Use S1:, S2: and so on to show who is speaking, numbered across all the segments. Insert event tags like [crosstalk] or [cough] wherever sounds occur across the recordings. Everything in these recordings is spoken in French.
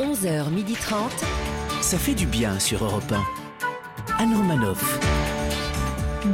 S1: 15h30.
S2: Ça fait du bien sur Europe 1. Anne Romanoff.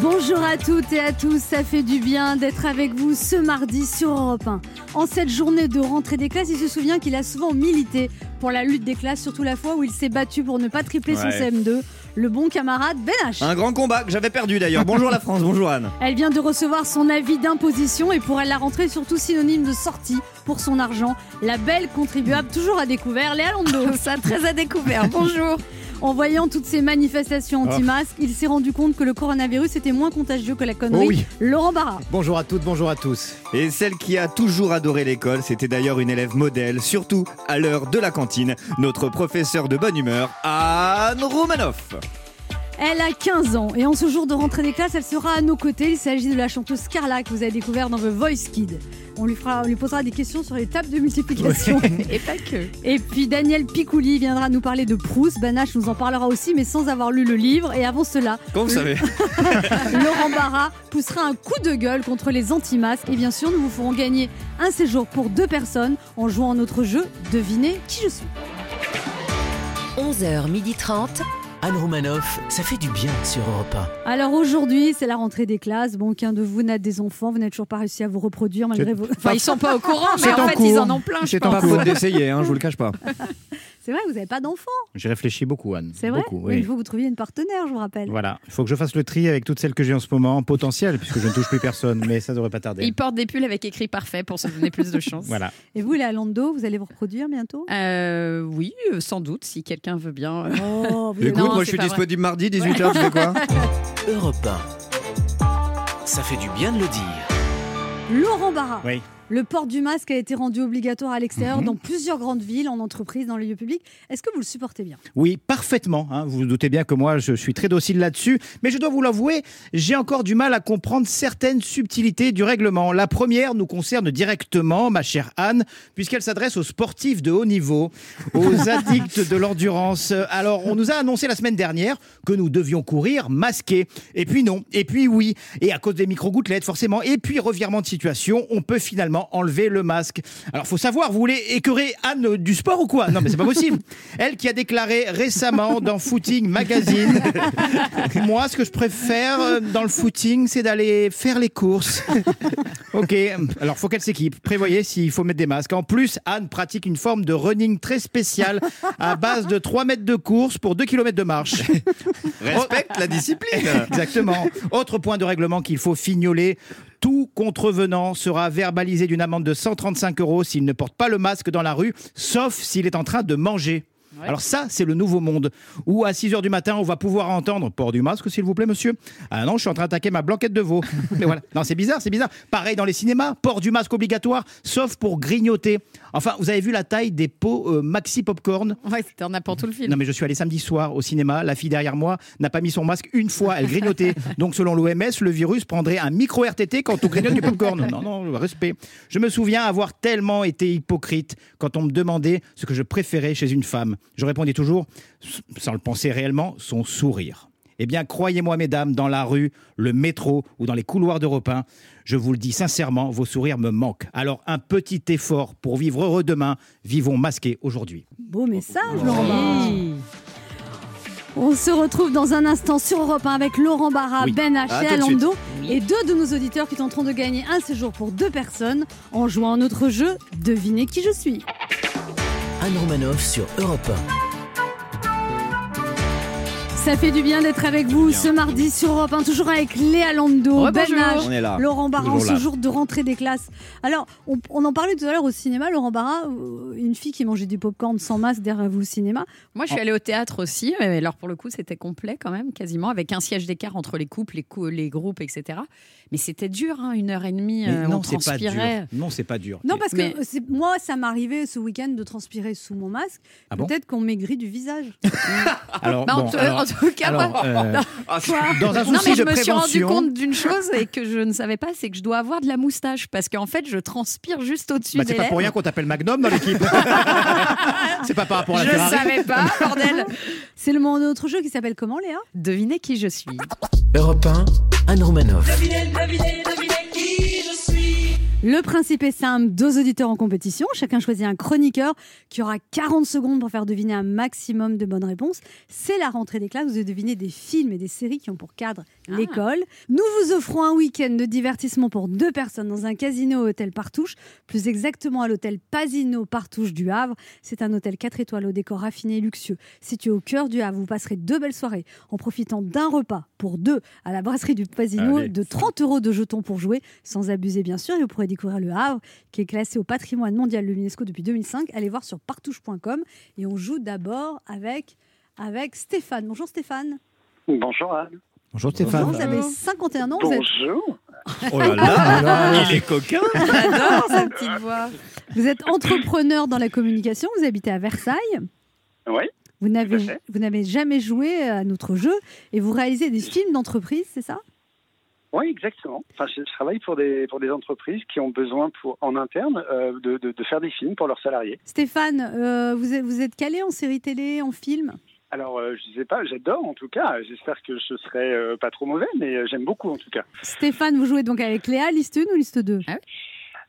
S3: Bonjour à toutes et à tous, ça fait du bien d'être avec vous ce mardi sur Europe 1. En cette journée de rentrée des classes, il se souvient qu'il a souvent milité pour la lutte des classes, surtout la fois où il s'est battu pour ne pas tripler son
S4: Ouais.
S3: CM2. Le bon camarade Ben H.
S4: Ah, Un grand combat que j'avais perdu d'ailleurs. Bonjour la France, bonjour Anne.
S3: Elle vient de recevoir son avis d'imposition et pour elle la rentrée est surtout synonyme de sortie pour son argent. La belle contribuable toujours à découvert, Léa Londo. [laughs] Ça très à découvert, bonjour. En voyant toutes ces manifestations anti-masques, il s'est rendu compte que le coronavirus était moins contagieux que la connerie.
S4: Ah. Oh oui.
S3: Laurent Barra.
S5: Bonjour à toutes, bonjour à tous.
S4: Et celle qui a toujours adoré l'école, c'était d'ailleurs une élève modèle, surtout à l'heure de la cantine, notre professeur de bonne humeur, Anne Romanoff.
S3: Elle a 15 ans et en ce jour de rentrée des classes, elle sera à nos côtés. Il s'agit de la chanteuse Carla que vous avez découvert dans The Voice Kid. On lui, fera, on lui posera des questions sur les tables de multiplication.
S1: Et pas que.
S3: Et puis Daniel Picouli viendra nous parler de Proust. Banache nous en parlera aussi, mais sans avoir lu le livre. Et avant cela,
S4: Comme vous savez.
S3: [laughs] Laurent Barra poussera un coup de gueule contre les anti-masques. Et bien sûr, nous vous ferons gagner un séjour pour deux personnes en jouant à notre jeu Devinez qui je suis.
S1: 11h30.
S2: Anne Romanoff, ça fait du bien sur Europe
S3: Alors aujourd'hui, c'est la rentrée des classes. Bon, qu'un de vous n'a des enfants, vous n'avez toujours pas réussi à vous reproduire malgré vos.
S1: Enfin, ils sont pas au courant, mais
S5: C'est
S1: en
S5: en
S1: fait,
S5: cours.
S1: ils en ont
S3: Ah,
S1: plein, je
S5: C'est en
S1: pense.
S5: cours.
S4: Faute d'essayer, hein, je vous le cache pas.
S3: C'est vrai, vous n'avez pas d'enfants,
S5: J'ai réfléchi beaucoup, Anne.
S3: c'est vrai
S5: Beaucoup,
S3: Mais
S5: oui.
S3: Il faut que vous trouviez une partenaire, je vous rappelle.
S5: Voilà, il faut que je fasse le tri avec toutes celles que j'ai en ce moment, potentielles, puisque je ne touche plus personne, mais ça devrait pas tarder.
S6: Ils portent des pulls avec écrit parfait pour se
S5: [laughs]
S6: donner plus de chance.
S5: Voilà.
S3: Et vous, Léa Lando, vous allez vous reproduire bientôt
S6: Euh, oui, euh, sans doute, si quelqu'un veut bien. euh,
S3: Oh,
S6: [laughs]
S3: vous
S4: Écoute,
S6: Non,
S4: moi
S6: c'est
S4: je suis
S6: pas vrai.
S4: disponible mardi, 18h, tu fais quoi
S2: 1. Europe 1. Ça fait du bien de le dire.
S3: [laughs] Laurent Barra.
S5: Oui.
S3: Le port du masque a été rendu obligatoire à l'extérieur dans plusieurs grandes villes, en entreprise, dans les lieux publics. Est-ce que vous le supportez bien
S5: Oui, parfaitement. hein. Vous vous doutez bien que moi, je suis très docile là-dessus. Mais je dois vous l'avouer, j'ai encore du mal à comprendre certaines subtilités du règlement. La première nous concerne directement, ma chère Anne, puisqu'elle s'adresse aux sportifs de haut niveau, aux addicts de l'endurance. Alors, on nous a annoncé la semaine dernière que nous devions courir masqués. Et puis non, et puis oui. Et à cause des micro-gouttelettes, forcément. Et puis, revirement de situation, on peut finalement enlever le masque. Alors, faut savoir, vous voulez écœurer Anne du sport ou quoi Non, mais c'est pas possible. Elle qui a déclaré récemment dans Footing Magazine Moi, ce que je préfère euh, dans le footing, c'est d'aller faire les
S4: [laughs]
S5: courses. ok, alors faut qu'elle s'équipe. Prévoyez s'il faut mettre des masques. En plus, Anne pratique une forme de running très spéciale à base de 3 mètres de course pour 2 km de marche.
S4: Respecte la discipline.
S5: [laughs] Exactement. Autre point de règlement qu'il faut fignoler. Tout contrevenant sera verbalisé d'une amende de 135 euros s'il ne porte pas le masque dans la rue, sauf s'il est en train de manger.
S6: Ouais.
S5: Alors ça, c'est le nouveau monde, où à 6h du matin, on va pouvoir entendre « Port du masque, s'il vous plaît, monsieur ». Ah non, je suis en train d'attaquer ma blanquette de
S6: [laughs]
S5: veau. Mais voilà. Non, c'est bizarre, c'est bizarre. Pareil dans les cinémas, port du masque obligatoire, sauf pour grignoter. Enfin, vous avez vu la taille des pots euh, maxi popcorn
S6: Ouais, c'était un apprend tout le film.
S5: non, mais je suis allé samedi soir au cinéma. La fille derrière moi n'a pas mis son masque une fois. Elle
S6: [laughs]
S5: grignotait. Donc, selon l'OMS, le virus prendrait un micro-RTT quand on grignote du popcorn. Non, non, respect. Je me souviens avoir tellement été hypocrite quand on me demandait ce que je préférais chez une femme. Je répondais toujours, sans le penser réellement, son sourire. Eh bien, croyez-moi, mesdames, dans la rue, le métro ou dans les couloirs d'Europe 1, je vous le dis sincèrement, vos sourires me manquent. Alors, un petit effort pour vivre heureux demain. Vivons masqués aujourd'hui.
S3: Beau message, Laurent Barra. On se retrouve dans un instant sur Europe 1 avec Laurent Barra,
S5: Oui.
S3: Ben
S4: À
S3: Haché,
S4: Ah, tout de suite.
S3: Alando et deux de nos auditeurs qui tenteront de gagner un séjour pour deux personnes en jouant à notre jeu Devinez qui je suis.
S2: Anne Romanoff sur Europe
S3: Ça fait du bien d'être avec vous ce mardi sur Europe 1, toujours avec Léa Lando, Ben
S6: Rebonjour.
S3: Haché,
S4: On est là.
S3: Laurent Barra, en
S4: Toujours
S3: ce
S4: là.
S3: jour de rentrée des classes. Alors, on, on en parlait tout à l'heure au cinéma, Laurent Barra, euh, une fille qui mangeait du popcorn sans masque derrière vous au cinéma.
S6: [laughs] Moi, je
S5: Oh.
S6: suis allée au théâtre aussi, mais alors pour le coup, c'était complet quand même, quasiment, avec un siège d'écart entre les couples, les, cou- les groupes, etc. Mais c'était dur, hein, une heure et demie,
S5: Mais
S6: euh, on
S5: non, c'est pas dur.
S6: transpirait.
S5: Non, c'est pas dur.
S3: Non, parce
S6: Mais- [laughs]
S3: que c'est- moi, ça m'arrivait ce week-end de transpirer sous mon masque.
S5: Ah bon
S3: Peut-être qu'on maigrit
S5: [laughs]
S3: du visage.
S5: Alors,
S6: Bah, en,
S5: bon,
S6: tout-
S5: alors,
S6: en tout cas, moi- [laughs]
S5: alors, euh, [laughs] dans un
S6: Non,
S5: souci
S6: mais je
S5: de
S6: me suis rendu
S5: prévention,
S6: compte d'une chose et que je ne savais pas, c'est que je dois avoir de la moustache parce qu'en fait, je transpire juste au-dessus
S5: bah,
S6: des
S5: c'est pas
S6: lèvres.
S5: pour rien qu'on t'appelle Magnum dans l'équipe. [laughs] c'est pas par rapport à
S6: je
S5: la Ferrari.
S3: [laughs]
S6: savais pas, [laughs] bordel.
S3: C'est le moment de notre jeu qui s'appelle comment, Léa
S6: Devinez qui je suis.
S2: 1. Europe 1, Anne Romanoff.
S3: Le principe est simple, deux auditeurs en compétition, chacun choisit un chroniqueur qui aura 40 secondes pour faire deviner un maximum de bonnes réponses. C'est la rentrée des classes, vous devez deviner des films et des séries qui ont pour cadre
S6: Ah.
S3: l'école. Nous vous offrons un week-end de divertissement pour deux personnes dans un casino au hôtel Partouche, plus exactement à l'hôtel Pasino Partouche du Havre. C'est un hôtel 4 étoiles au décor raffiné et luxueux. Situé au cœur du Havre, vous passerez deux belles soirées en profitant d'un repas pour deux à la brasserie du Pasino
S5: Allez.
S3: de 30 euros de jetons pour jouer, sans abuser bien sûr. Et vous pourrez découvrir le Havre, qui est classé au patrimoine mondial de l'UNESCO depuis 2005. Allez voir sur partouche.com et on joue d'abord avec, avec Stéphane. Bonjour Stéphane.
S7: Bonjour Anne.
S5: Bonjour
S3: Bonjour,
S5: Stéphane.
S3: vous avez 51 ans. Vous êtes, [laughs]
S7: Bonjour.
S4: Oh là là, il est coquin.
S6: J'adore sa petite voix.
S3: vous êtes entrepreneur dans la communication, vous habitez à Versailles.
S7: Oui,
S3: Vous n'avez,
S7: Tout à fait.
S3: vous n'avez jamais joué à notre jeu et vous réalisez des films d'entreprise, c'est ça
S7: oui, exactement. Enfin, je travaille pour des pour des entreprises qui ont besoin pour en interne euh, de, de- de faire des films pour leurs salariés.
S3: Stéphane, euh, vous, êtes, vous êtes calé en série télé, en film
S7: Alors, euh, je sais pas, j'adore en tout cas. J'espère que je serai euh, pas trop mauvais, mais euh, j'aime beaucoup en tout cas.
S3: Stéphane, vous jouez donc avec Léa, liste 1 ou liste 2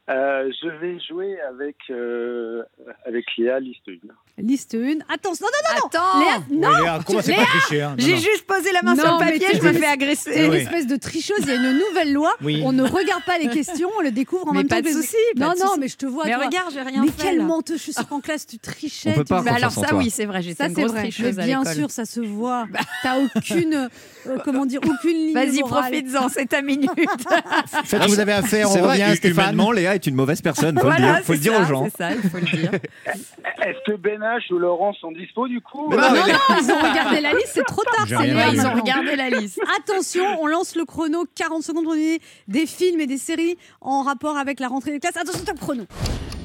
S7: Euh, je vais jouer avec euh, avec Léa Listeune.
S3: Liste 1. Attention, non, non,
S6: Attends
S3: Léa, non
S5: Oui, Léa, comment c'est pas triché hein Non,
S1: J'ai
S5: non.
S1: juste posé la main
S3: Non,
S1: sur le
S3: mais
S1: papier,
S3: tu
S1: je me
S3: dis-
S1: fais
S3: C'est
S1: agresser.
S3: une
S5: Oui.
S3: espèce de tricheuse, il y a une nouvelle loi.
S5: Oui.
S3: On ne regarde pas les questions, on le découvre en
S1: Mais
S3: même
S1: pas
S3: temps.
S1: de
S3: que-
S1: souci, pas
S3: Non,
S1: de
S3: non,
S1: souci.
S3: mais je te vois.
S1: Mais
S3: toi.
S1: regarde, j'ai rien
S3: mais
S1: fait.
S3: quel
S1: là.
S3: menteux, je suis sûre qu'en classe, tu trichais.
S5: On peut
S3: tu-
S5: pas
S6: Bah
S5: confiance
S6: alors
S5: en
S6: ça
S5: toi.
S6: oui c'est vrai j'étais
S3: Ça,
S6: une
S3: c'est
S6: grosse
S3: vrai. Mais
S6: tricheuse à
S3: bien
S6: l'école.
S3: sûr, ça se voit. Bah, T'as aucune, euh, comment dire, aucune ligne
S6: Vas-y
S3: morale.
S6: profites-en c'est
S3: [laughs]
S6: ta minute
S5: Faites ce que vous avez à faire, on
S4: C'est vrai,
S5: revient à
S4: hu-
S5: Stéphane.
S4: humainement, Léa est une mauvaise personne, faut le
S6: Voilà,
S4: dire, faut le
S6: c'est
S4: dire
S6: ça,
S4: aux gens.
S6: c'est ça, il faut le dire.
S7: [laughs] Est-ce que Benache ou Laurent sont dispo du coup euh,
S4: Mais non,
S3: Non,
S4: mais-
S3: non, ils ont regardé la liste, c'est trop tard.
S5: J'ai
S3: ça y
S5: rien
S3: est,
S5: à dire.
S6: Ils ont
S3: maintenant.
S6: regardé la liste.
S3: Attention, on lance le chrono. 40 secondes pour donner des films et des séries en rapport avec la rentrée des classes. Attention, top chrono.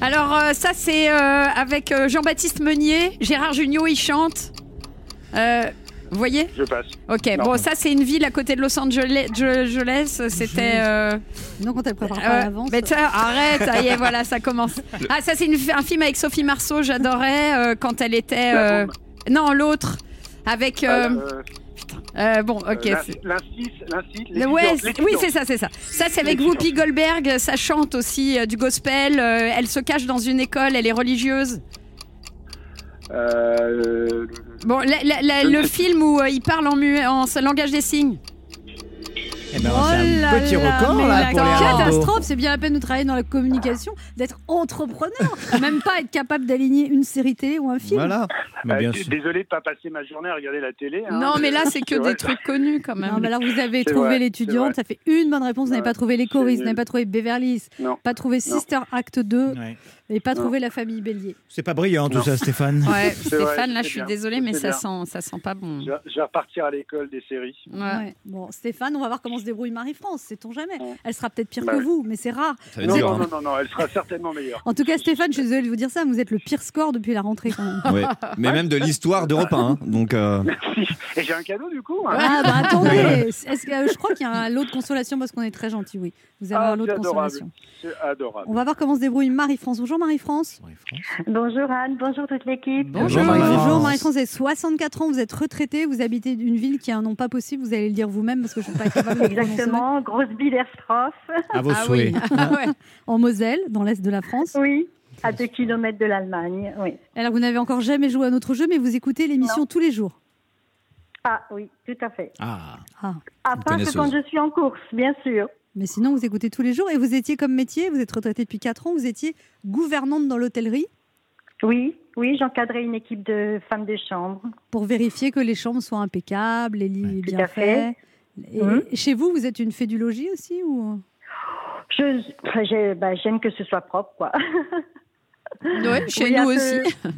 S6: Alors euh, ça c'est euh, avec euh, Jean-Baptiste Meunier, Gérard Jugnot il chante. Euh, vous voyez
S7: Je passe.
S6: Ok,
S7: Non.
S6: bon ça c'est une ville à côté de Los Angeles, Angeles, c'était... euh,
S3: Non, quand elle prépare pas à
S6: euh,
S3: l'avance.
S6: mais tiens, arrête, ça y est, voilà, ça commence. Ah ça c'est une- un film avec Sophie Marceau, j'adorais euh, quand elle était...
S7: La
S6: euh,
S7: bombe.
S6: non, l'autre. Avec... euh,
S7: Euh,
S6: euh, bon, ok.
S7: euh,
S6: c'est-
S7: l'incite, l'incite,
S6: Le- ouais,
S7: l'étudiante,
S6: oui,
S7: l'étudiante.
S6: c'est ça, c'est ça. Ça, c'est avec
S7: Les clients.
S6: Whoopi Goldberg. Ça chante aussi euh, du gospel. euh, elle se cache dans une école. Elle est religieuse.
S7: Euh,
S6: Bon, la- la- la-
S7: Je ne
S6: le
S7: sais
S6: film où euh, il parle en, muet- en ce langage des signes.
S5: Eh ben,
S3: Oh
S5: c'est un
S3: là
S5: petit
S3: là,
S5: record
S3: mais
S5: là,
S3: la
S5: pour Léa Landau.
S3: catastrophe, c'est bien la peine de travailler dans la communication, d'être entrepreneur, même pas être capable d'aligner une série télé ou un film.
S5: Voilà. Mais
S7: euh,
S5: bien
S7: d-
S5: sûr.
S7: désolé de pas passer ma journée à regarder la télé. hein.
S6: Non, mais là, c'est que
S7: [laughs] C'est vrai.
S6: des trucs connus quand même.
S3: Non, mais alors vous avez
S7: C'est
S3: trouvé
S7: vrai,
S3: l'étudiante, ça fait une bonne réponse, vous n'avez
S7: Ouais,
S3: pas trouvé les
S7: c'est
S3: choristes, vous
S7: nul.
S3: n'avez pas trouvé Beverly Hills,
S7: Non.
S3: pas trouvé Sister Act 2
S5: Ouais.
S3: et pas
S7: Non.
S3: trouvé La Famille Bélier.
S5: C'est pas brillant tout
S7: Non.
S5: ça, Stéphane.
S7: vrai,
S6: Ouais, Stéphane, là,
S7: c'est
S6: je suis
S7: bien.
S6: désolée, mais
S7: C'est
S6: ça
S7: bien.
S6: sent, ça sent pas bon.
S7: Je vais- je vais repartir à l'école des séries.
S6: Ouais.
S3: Ouais. Bon, Stéphane, on va voir comment se débrouille Marie-France, sait-on jamais.
S7: Ouais.
S3: Elle sera peut-être pire
S7: Bah
S3: que
S7: oui.
S3: vous, mais c'est rare.
S4: Ça veut
S7: Non,
S4: dire,
S7: non,
S4: hein.
S7: non, non, non, elle sera certainement meilleure.
S3: En tout cas, Stéphane, je suis désolée de vous dire ça, mais vous êtes le pire score depuis la rentrée quand même.
S4: Ouais. Mais même de l'histoire d'Europe 1, hein. donc euh,
S7: Merci. Et j'ai un cadeau du coup. hein.
S3: Ah bah attendez, est-ce que, euh, je crois qu'il y a un lot de consolation parce qu'on est très gentil, oui. Vous avez
S7: Ah,
S3: un lot de
S7: c'est adorable.
S3: consolation.
S7: C'est adorable.
S3: On va voir comment se débrouille Marie-France. Bonjour Marie-France.
S8: Bonjour Anne, bonjour toute l'équipe.
S5: Bonjour, Marie-France.
S3: Bonjour Marie-France, vous avez 64 ans, vous êtes retraitée, vous habitez une ville qui a un nom pas possible, vous allez le dire vous-même parce que je ne suis pas capable de le prononcer.
S8: Exactement, grosse bille d'Airstrophe.
S5: À vos
S6: Ah
S5: souhaits.
S6: oui. Ah ouais.
S3: En Moselle, dans l'est de la France.
S8: Oui, à 2 kilomètres de l'Allemagne. Oui.
S3: Alors vous n'avez encore jamais joué à notre jeu, mais vous écoutez l'émission tous les jours.
S8: Ah oui, tout à fait.
S5: Ah.
S8: À
S3: Ah.
S4: Une
S8: part que
S4: connaisseuse.
S8: quand je suis en course, bien sûr.
S3: Mais sinon, vous écoutez tous les jours et vous étiez comme métier, vous êtes retraitée depuis 4 ans, vous étiez gouvernante dans l'hôtellerie
S8: Oui, oui, j'encadrais une équipe de femmes de chambre.
S3: pour vérifier que les chambres soient impeccables, les lits
S8: Tout
S3: bien
S8: à fait.
S3: faits. Et
S8: Mhm.
S3: Chez vous, vous êtes une fée du logis aussi ou
S8: Je, enfin, j'ai- bah, j'aime que ce soit propre, quoi.
S6: Ouais, chez
S8: Oui, un
S6: nous
S8: peu-
S6: aussi.
S8: [laughs]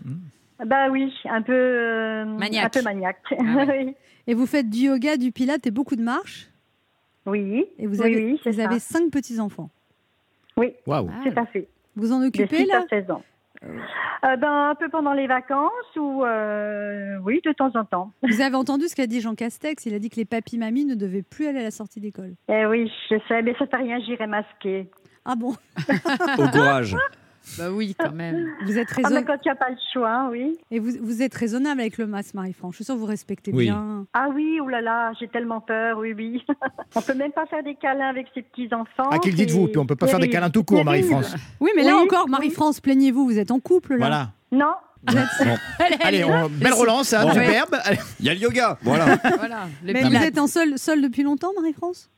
S8: Bah oui, un peu euh,
S6: Maniaque.
S8: Un peu maniaque.
S6: Ah
S8: [laughs] oui,
S3: Et vous faites du yoga, du pilate et beaucoup de marches.
S8: oui,
S3: Et vous
S8: oui,
S3: avez,
S8: oui, c'est
S3: vous
S8: ça.
S3: avez cinq petits-enfants.
S8: Oui,
S5: [laughs] Waouh.
S6: Ah
S8: tout à fait.
S3: Vous en
S8: de
S3: occupez
S8: 6 à
S3: Ah, là
S8: 16 ans. Euh, ben, un peu pendant les vacances ou euh, oui, de temps en temps. [laughs]
S3: Vous avez entendu ce qu'a dit Jean Castex Il a dit que les papis-mamies ne devaient plus aller à la sortie d'école.
S8: Eh oui, je sais, mais ça fait rien, j'irai masquer.
S3: [laughs] Ah bon
S4: au courage.
S6: Bah oui, quand même.
S3: Vous êtes
S8: Ah,
S3: raison-
S8: mais quand il n'y a pas le choix, oui.
S3: Et vous, vous êtes raisonnable avec le masque, Marie-France. Je suis sûre que vous respectez
S9: Oui.
S3: bien.
S8: Ah oui, oulala, j'ai tellement peur, oui,
S3: [laughs]
S8: oui. on peut même pas faire des câlins avec ses petits-enfants.
S5: Ah, qu'ils dites-vous,
S8: c'est
S5: puis on peut pas faire des
S8: terrible,
S5: câlins tout court,
S8: terrible.
S5: Marie-France.
S3: Oui, mais là
S8: Oui,
S3: encore,
S8: oui.
S3: Marie-France, plaignez-vous, vous êtes en couple là.
S5: Voilà.
S8: Non,
S3: [laughs]
S5: Bon. Allez, on- belle relance, hein,
S4: Bon.
S5: superbe. Allez,
S4: Il y a le yoga, voilà.
S6: Voilà. le
S3: Mais vous
S6: pilate.
S3: êtes en seul, seul depuis longtemps, Marie-France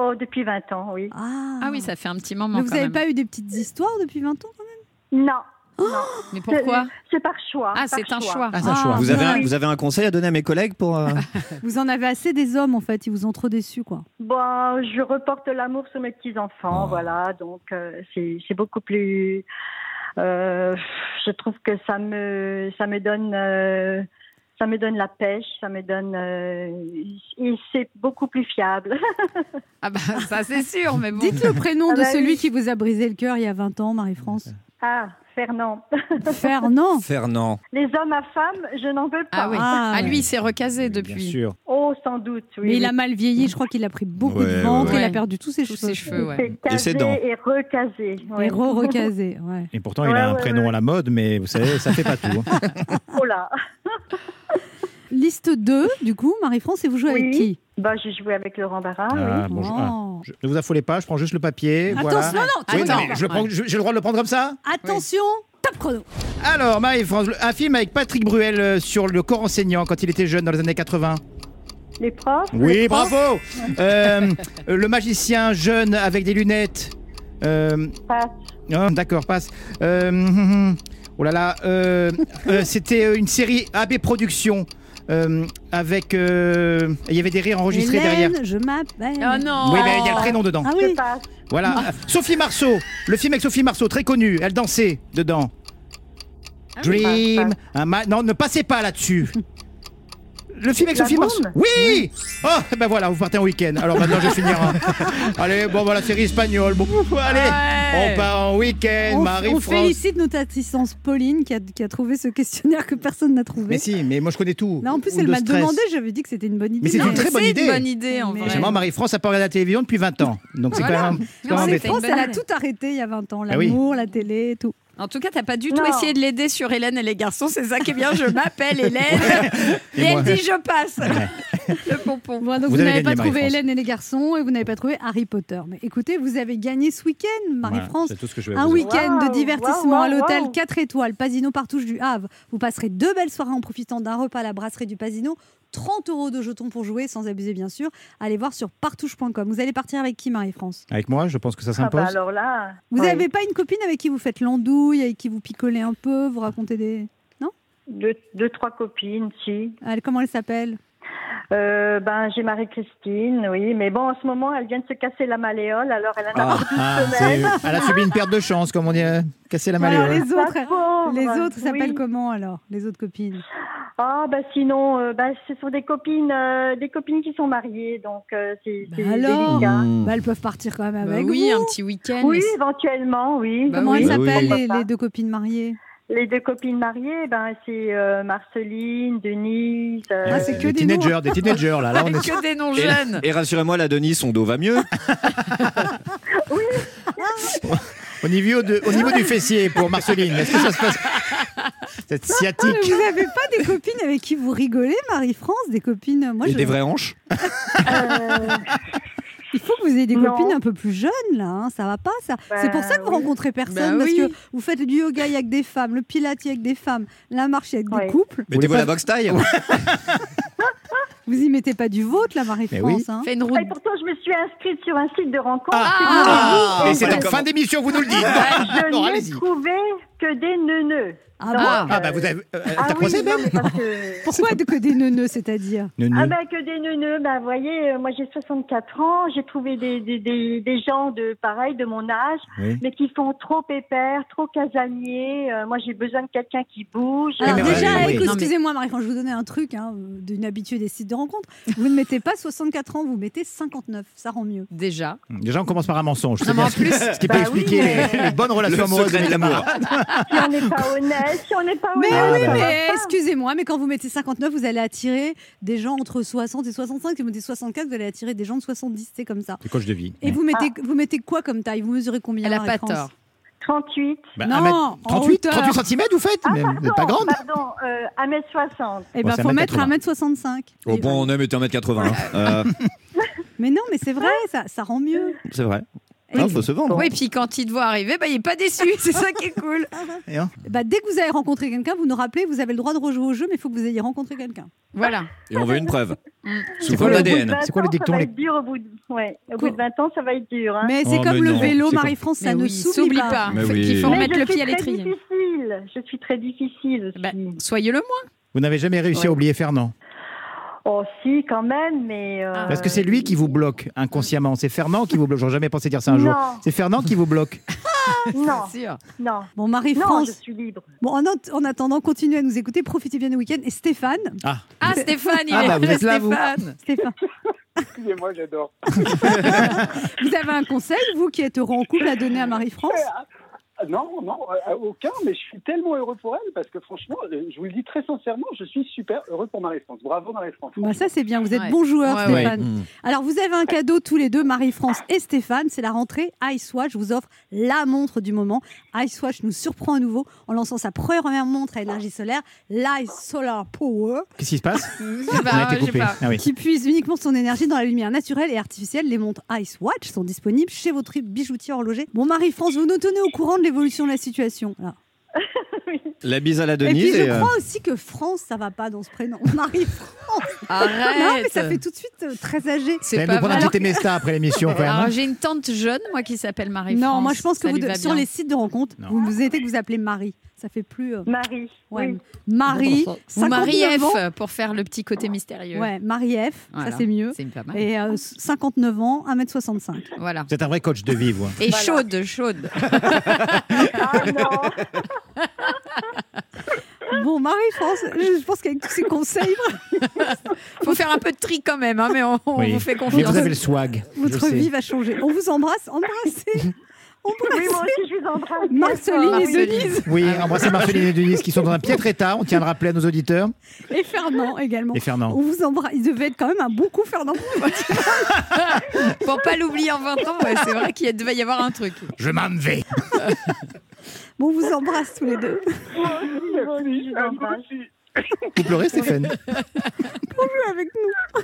S8: oh, depuis 20 ans, oui.
S3: ah.
S6: Ah oui, ça fait un petit moment
S3: Mais vous
S6: quand
S3: n'avez
S6: même.
S3: pas eu des petites histoires depuis 20 ans Oh
S8: Non.
S6: Mais pourquoi
S8: C'est par choix.
S6: Ah,
S8: par
S6: c'est un
S8: choix.
S6: choix.
S5: Ah, c'est un choix.
S4: Vous avez, un,
S8: Oui.
S4: vous avez un conseil à donner à mes collègues pour. euh,
S3: Vous en avez assez des hommes en fait, ils vous ont trop déçus quoi.
S8: Bon, je reporte l'amour sur mes
S5: Ah.
S8: petits-enfants,
S4: Oh.
S8: voilà. Donc, euh, c'est c'est beaucoup plus. euh, je trouve que ça me, ça me donne. euh, ça me donne la pêche, ça me donne. euh, et c'est beaucoup plus fiable. [laughs]
S6: Ah bah ça c'est sûr, mais bon.
S3: Dites le prénom
S8: Ah
S3: de
S8: bah
S3: celui
S8: oui.
S3: qui vous a brisé le cœur il y a 20 ans, Marie-France.
S8: Ah, Fernand. [laughs]
S3: Fernand
S4: [laughs] Fernand.
S8: Ah. Les hommes à femmes, je n'en veux pas.
S6: Ah oui.
S3: Ah,
S6: Ah
S3: ouais.
S6: lui, il s'est recasé
S5: Bien
S6: depuis.
S5: sûr.
S8: Oh, sans doute, oui.
S3: Mais il
S8: oui.
S3: a mal vieilli, je crois qu'il a pris beaucoup
S4: Ouais,
S3: de ventre,
S6: ouais,
S3: il a
S6: ouais.
S3: perdu tous ses
S6: Tous
S3: cheveux.
S6: ses cheveux, ouais.
S8: C'est
S4: Et
S8: casé
S4: ses dents.
S8: et recasé. oui.
S3: Et re-recasé, ouais.
S5: Et pourtant, il
S8: Ouais,
S5: a un
S8: ouais,
S5: prénom
S8: ouais.
S5: à la mode, mais vous savez, ça fait pas tout. hein.
S8: Oh là.
S3: [laughs] Liste 2, du coup, Marie-France, et vous jouez avec
S8: Oui.
S3: qui
S8: Bah, j'ai joué avec Laurent Barra. oui.
S5: Ah, bon, je- ah,
S3: Oh.
S5: je- ne vous affolez pas, je prends juste le papier. voilà. Ah
S3: Attention, non, non,
S5: Oui, non,
S6: Attends.
S5: mais je le prends- je- j'ai le droit de le prendre comme ça
S3: attention, top chrono.
S5: Alors, Marie-France, le- un film avec Patrick Bruel euh, sur le corps enseignant quand il était jeune dans les années 80.
S8: Les profs.
S5: Oui,
S8: les profs,
S5: bravo Euh, euh, Le magicien jeune avec des lunettes. Euh,
S8: Passe.
S5: oh, D'accord, passe. Euh, hum, hum. oh là là, euh, euh, c'était euh, une série AB Productions. euh, avec. euh, Il y avait des rires enregistrés derrière.
S3: Hélène, je m'appelle.
S6: Oh non.
S5: Oui, mais il y a le prénom dedans.
S3: Ah
S8: Je
S3: oui,
S8: passe.
S5: Voilà. Euh, Sophie Marceau, le film avec Sophie Marceau, très connu. Elle dansait dedans. Dream. un ma- Non, ne passez pas là-dessus. Le film avec
S8: La
S5: Sophie
S8: Boom
S5: Marceau. Oui Oh, ben voilà, vous partez en week-end. Alors maintenant, je vais finir. hein. Allez, bon, voilà, série espagnole. Bon, allez,
S6: Ouais.
S5: on part en week-end,
S3: on, on
S5: Marie-France.
S3: félicite notre assistance Pauline qui a, qui a trouvé ce questionnaire que personne n'a trouvé.
S5: Mais si, mais moi, je connais tout.
S3: Là, en plus,
S5: Ou
S3: elle
S5: de
S3: m'a
S5: stress.
S3: demandé, j'avais dit que c'était une bonne idée.
S5: Mais c'est une
S6: Mais
S5: très bonne idée.
S6: C'est une bonne idée en
S3: Mais-
S6: vrai.
S5: Franchement, Marie-France n'a pas regardé la télévision depuis 20 ans. Donc, c'est
S6: Voilà.
S5: quand même, c'est quand
S6: Non,
S5: même
S6: c'est
S5: embêtant.
S3: France,
S6: C'était une
S3: elle
S6: bonne
S3: a
S6: idée.
S3: tout arrêté il y a 20 ans.
S5: Ah oui.
S3: L'amour, la télé, tout.
S6: En tout cas, t'as pas du tout
S8: Non.
S6: essayé de l'aider sur Hélène et les garçons. C'est ça qui est bien. Je
S5: [laughs]
S6: m'appelle Hélène. Et,
S5: Et moi-
S6: elle dit je passe. Le pompon.
S3: Bon, donc
S5: Vous
S3: vous,
S5: avez
S3: n'avez pas
S5: gagné,
S3: trouvé
S5: Marie-France.
S3: Hélène et les garçons et vous n'avez pas trouvé Harry Potter. Mais écoutez, vous avez gagné ce week-end,
S5: Voilà,
S3: Marie-France.
S5: c'est tout ce que je vais
S3: Un
S5: vous dire.
S3: week-end de
S8: Waouh,
S3: divertissement
S8: waouh,
S3: à l'hôtel
S8: waouh.
S3: 4 étoiles, Pasino Partouche du Havre. Vous passerez deux belles soirées en profitant d'un repas à la brasserie du Pasino. 30 euros de jetons pour jouer, sans abuser bien sûr. Allez voir sur partouche.com. Vous allez partir avec qui, Marie-France
S5: Avec moi, je pense que ça
S8: Ah bah
S5: s'impose.
S8: alors là.
S3: Vous
S8: oui.
S3: n'avez pas une copine avec qui vous faites l'andouille, avec qui vous picolez un peu, vous racontez des.
S8: deux, deux, trois copines, si.
S3: Elle- comment elle s'appelle
S8: Euh, ben, j'ai Marie-Christine, oui. Mais bon, en ce moment, elle vient de se casser la malléole, alors elle en a
S5: Ah,
S8: pour douze
S5: ah,
S8: semaines.
S5: c'est- elle a subi une perte de chance, comme on dit, euh, casser la
S3: Alors,
S5: malléole.
S3: les autres,
S8: La pauvre,
S3: les autres s'appellent
S8: oui.
S3: comment alors Les autres copines
S8: Ah, ben sinon, euh, ben, ce sont des copines, euh, des copines qui sont mariées, donc euh, c'est
S3: Bah
S8: c'est
S3: alors
S8: délicat.
S4: Mmh.
S3: Bah, Elles peuvent partir quand même
S6: Bah
S3: avec
S6: oui,
S3: vous.
S6: un petit week-end.
S8: Oui,
S6: mais-
S8: éventuellement, oui.
S6: Bah
S3: Comment
S6: oui.
S3: elles
S4: Bah oui.
S3: s'appellent les,
S8: Pourquoi pas.
S3: les deux copines mariées
S8: Les deux copines mariées, ben c'est euh, Marceline, Denise. euh,
S3: Ah, c'est que
S5: des
S3: des noms.
S5: teenagers, des teenagers là. là
S3: [laughs]
S5: on
S6: Avec
S5: est-
S6: que des noms
S4: Et,
S6: jeunes.
S4: et rassurez-moi, la Denis, son dos va mieux.
S5: Au niveau, de- au niveau du fessier pour Marceline, est-ce que ça se passe Cette
S3: Ah, mais
S5: sciatique.
S3: Vous n'avez pas des copines avec qui vous rigolez, Marie-France Des copines. Moi,
S4: et
S3: je-
S4: des vraies hanches.
S8: euh,
S3: [laughs] Il faut que vous ayez des
S8: Non.
S3: copines un peu plus jeunes, là. hein, Ça va pas, ça. C'est pour ça que vous
S8: oui.
S3: rencontrez personne,
S6: Bah
S3: parce
S6: oui.
S3: que vous faites du yoga il y a que des femmes, le pilate il y a que des femmes, la marche il y a que
S8: Ouais.
S3: des couples.
S4: Mettez-vous
S5: pas-
S4: la box taille.
S3: Vous y mettez pas du vôtre, la
S5: Mais
S3: Marie-France.
S5: oui.
S3: hein.
S6: Fais une
S8: Ah, Et
S6: route.
S8: pourtant, je me suis inscrite sur un site de rencontre.
S5: Ah,
S4: Ah,
S5: Et c'est
S4: voilà
S5: en
S4: comment-
S5: fin d'émission, vous nous le dites. [laughs]
S8: Ah, je
S5: Alors,
S8: n'ai
S5: allez-y.
S8: trouvé que des neuneux.
S3: Ah
S8: Donc,
S3: bon
S6: Ah.
S5: Ah bah vous avez. euh,
S8: ah
S5: T'as
S8: oui,
S5: croisé
S8: non,
S5: même
S8: mais parce que-
S3: Pourquoi de que des neuneux, c'est-à-dire
S8: Ah ben que des neuneux, ben vous voyez, euh, moi j'ai 64 ans, j'ai trouvé des, des, des, des gens de pareil, de mon âge,
S5: Oui.
S8: mais qui font trop pépère, trop casanier. Euh, moi j'ai besoin de quelqu'un qui bouge.
S3: Alors
S5: mais-
S3: Ah, déjà,
S5: oui, oui.
S3: écoute,
S6: Non, mais-
S3: excusez-moi Marie, quand je vous donnais un truc hein, d'une habituée des sites de rencontres, vous ne mettez pas 64 ans, vous mettez 59, ça rend mieux.
S6: Déjà.
S3: [laughs]
S5: Déjà, on commence par un mensonge. C'est
S6: Non, mais
S5: bien
S6: en
S5: ce qui- ce qui peut
S8: Bah oui,
S5: expliquer les- les,
S8: mais-
S5: bonnes
S4: Le
S5: relations amoureuses
S4: secret
S5: avec
S4: de l'amour.
S5: l'amour.
S8: si on n'est pas honnête, si on n'est pas
S3: Mais
S8: honnête.
S3: oui,
S8: ça va
S3: mais
S6: Ah, bah.
S8: pas.
S3: excusez-moi, mais quand vous mettez 59, vous allez attirer des gens entre 60 et 65. Si vous mettez 64, vous allez attirer des gens de 70, c'est comme ça.
S5: C'est coach de vie.
S8: Ah.
S3: Et vous mettez, vous mettez quoi comme taille Vous mesurez combien
S6: Elle a
S3: Marie
S6: pas
S3: France
S6: tort.
S8: 38.
S5: Bah,
S3: Non,
S5: un mètre-
S3: en
S5: 38,
S3: hauteur.
S5: 38 cm vous faites Mais Vous n'êtes pas
S8: Pardon,
S5: grande
S8: Pardon, euh, 1m60.
S3: Eh
S5: Bon,
S3: ben,
S5: c'est
S3: faut
S5: 1m80.
S3: mettre 1m65.
S4: Au bon, on aime était 1m80. hein. Euh,
S3: Mais non, mais c'est vrai, ça, ça rend mieux.
S4: c'est vrai.
S3: Et-
S4: Il faut se vendre.
S6: Oui, et puis quand il te voit arriver, bah, il n'est pas déçu. [laughs] C'est ça qui est cool.
S5: Et hein
S3: Bah, dès que vous avez rencontré quelqu'un, vous nous rappelez, vous avez le droit de rejouer au jeu, mais il faut que vous ayez rencontré quelqu'un.
S6: Voilà.
S4: Et on veut une preuve.
S3: Mm.
S8: Mm.
S5: C'est
S4: Sous
S5: quoi
S4: forme
S5: le-
S4: d'ADN.
S5: C'est quoi le dicton,
S8: Ça va
S5: les-
S8: être dur au bout de, ouais, au
S3: Quoi
S8: bout de 20 ans, ça va être dur. Hein.
S3: Mais
S4: Oh,
S3: c'est comme
S4: mais
S3: le
S4: non,
S3: vélo,
S4: c'est quoi
S3: Marie-France, ça
S6: Mais
S3: ne
S6: oui,
S3: s'oublie pas.
S4: Mais
S6: Faut-
S4: oui.
S6: Qu'il faut
S8: Mais
S6: mettre
S8: je
S6: le
S8: suis
S6: pied à
S8: très
S6: l'étrier.
S8: difficile. Je suis très difficile aussi.
S6: Bah, soyez le moins.
S5: Vous n'avez jamais réussi à oublier Fernand.
S8: Oh si, quand même, mais... euh,
S5: Parce que c'est lui qui vous bloque inconsciemment. C'est Fernand qui vous bloque. J'aurais jamais pensé dire ça un jour.
S8: Non.
S5: C'est Fernand qui vous bloque.
S8: Non,
S6: [laughs] c'est sûr.
S8: non.
S3: Bon,
S8: Non, je
S3: Marie-France,
S8: suis libre.
S3: bon, en, at- en attendant, continuez à nous écouter, profitez bien du week-end. Et Stéphane,
S5: Ah,
S6: Ah, Stéphane, il
S5: Ah,
S6: est
S5: bah, vous êtes là, vous.
S6: Stéphane.
S3: Stéphane,
S7: Excusez-moi, j'adore.
S3: vous avez un conseil, vous qui êtes heureux en couple, à donner à Marie-France
S8: Euh,
S7: Ah, Non, non, euh, aucun, mais je suis tellement heureux pour elle parce que franchement, euh, je vous le dis très sincèrement, je suis super heureux pour Marie-France. Bravo Marie-France.
S3: Bah, Ça, c'est bien, vous êtes
S6: Ouais.
S3: bon joueur,
S6: Ouais, ouais.
S3: Stéphane.
S5: Mm.
S3: Alors, vous avez un cadeau tous les deux, Marie-France et Stéphane. C'est la rentrée. Icewatch vous offre la montre du moment. Icewatch nous surprend à nouveau en lançant sa première montre à énergie solaire, l'Ice Solar Power,
S5: qu'est-ce qui se passe
S6: Je sais
S3: bah,
S5: On a
S6: pas,
S5: été
S6: je sais
S5: coupé.
S6: bah, pas.
S5: Ah oui.
S3: qui puise uniquement son énergie dans la lumière naturelle et artificielle. Les montres Icewatch sont disponibles chez votre bijoutier horloger. Bon, Marie-France, vous nous tenez au courant de l'évolution de la situation. Voilà.
S4: La bise à
S5: Ah,
S4: la
S3: Et
S4: Denise.
S3: puis, je
S4: et, euh,
S3: crois aussi que France, ça va pas dans ce prénom. [laughs] Marie-France.
S6: Arrête.
S3: Non, mais ça fait tout de suite euh, très âgé.
S5: Vous
S6: C'est
S5: allez nous
S6: pas
S5: prendre
S6: vrai.
S5: un petit Temesta après l'émission, quand même. hein.
S6: Alors, j'ai une tante jeune, moi, qui s'appelle Marie-France.
S3: Non, moi je pense que
S6: Ah, Ça
S3: vous
S6: lui
S3: de-
S6: va
S3: sur
S6: bien.
S3: les sites de rencontres,
S5: Non.
S3: vous vous évitez que vous appelez Marie. Ça fait plus. euh,
S8: Marie.
S3: ouais,
S8: oui.
S3: Marie.
S6: Ou Marie
S3: 59 ans.
S6: F, pour faire le petit côté mystérieux.
S3: Ouais, Marie F.
S6: Voilà.
S3: Ça c'est mieux.
S6: C'est pas mal.
S3: Et euh, 59 ans, 1m65.
S6: Voilà.
S5: Vous êtes un vrai coach de vie, vous.
S6: Et chaude, chaude.
S8: Ah non,
S3: [laughs] Bon, Marie-France, je je pense qu'avec tous [laughs] ces conseils,
S6: [laughs] Faut faire un peu de tri quand même, hein, mais on, on
S5: Oui.
S6: vous fait
S5: Mais
S6: confiance.
S5: vous avez le swag. je
S3: votre
S5: sais.
S3: vie va changer. On vous embrasse. Embrassez.
S8: [laughs] oui, moi
S3: Embrassez.
S8: aussi, je vous embrasse.
S3: Marceline et
S6: Marceline.
S3: Denise.
S5: Oui, embrassez Marceline et Denise qui sont dans un piètre état. On tient à le rappeler à nos auditeurs.
S3: Et Fernand également.
S5: Et Fernand.
S3: On vous embrasse. Il devait être quand même un bon coup, Fernand.
S6: [laughs] Pour pas l'oublier en 20 ans, ouais, c'est vrai qu'il y a- devait y avoir un truc.
S5: Je m'en vais.
S3: Bon, on vous embrasse tous les deux.
S8: Moi aussi, je vous embrasse.
S5: [laughs] Vous pleurez, Stéphane
S3: Avec nous.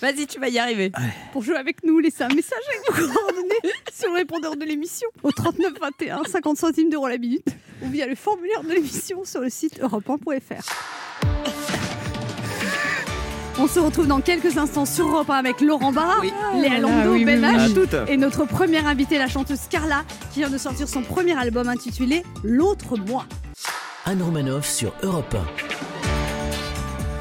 S6: Vas-y, tu vas y arriver.
S3: pour jouer avec nous. Laissez un message avec vos [laughs] coordonnées sur le répondeur de l'émission au 39 21 50 centimes d'euros la minute ou via le formulaire de l'émission sur le site europe1.fr. On se retrouve dans quelques instants sur Europe 1 avec Laurent Barra, Léa Landau,
S6: oui, oui,
S3: Ben
S6: oui.
S3: H,
S4: Ah,
S3: toutes.
S4: tout à fait.
S3: et notre première invitée, la chanteuse Carla, qui vient de sortir son premier album intitulé L'autre moi.
S2: Anne Romanoff sur Europe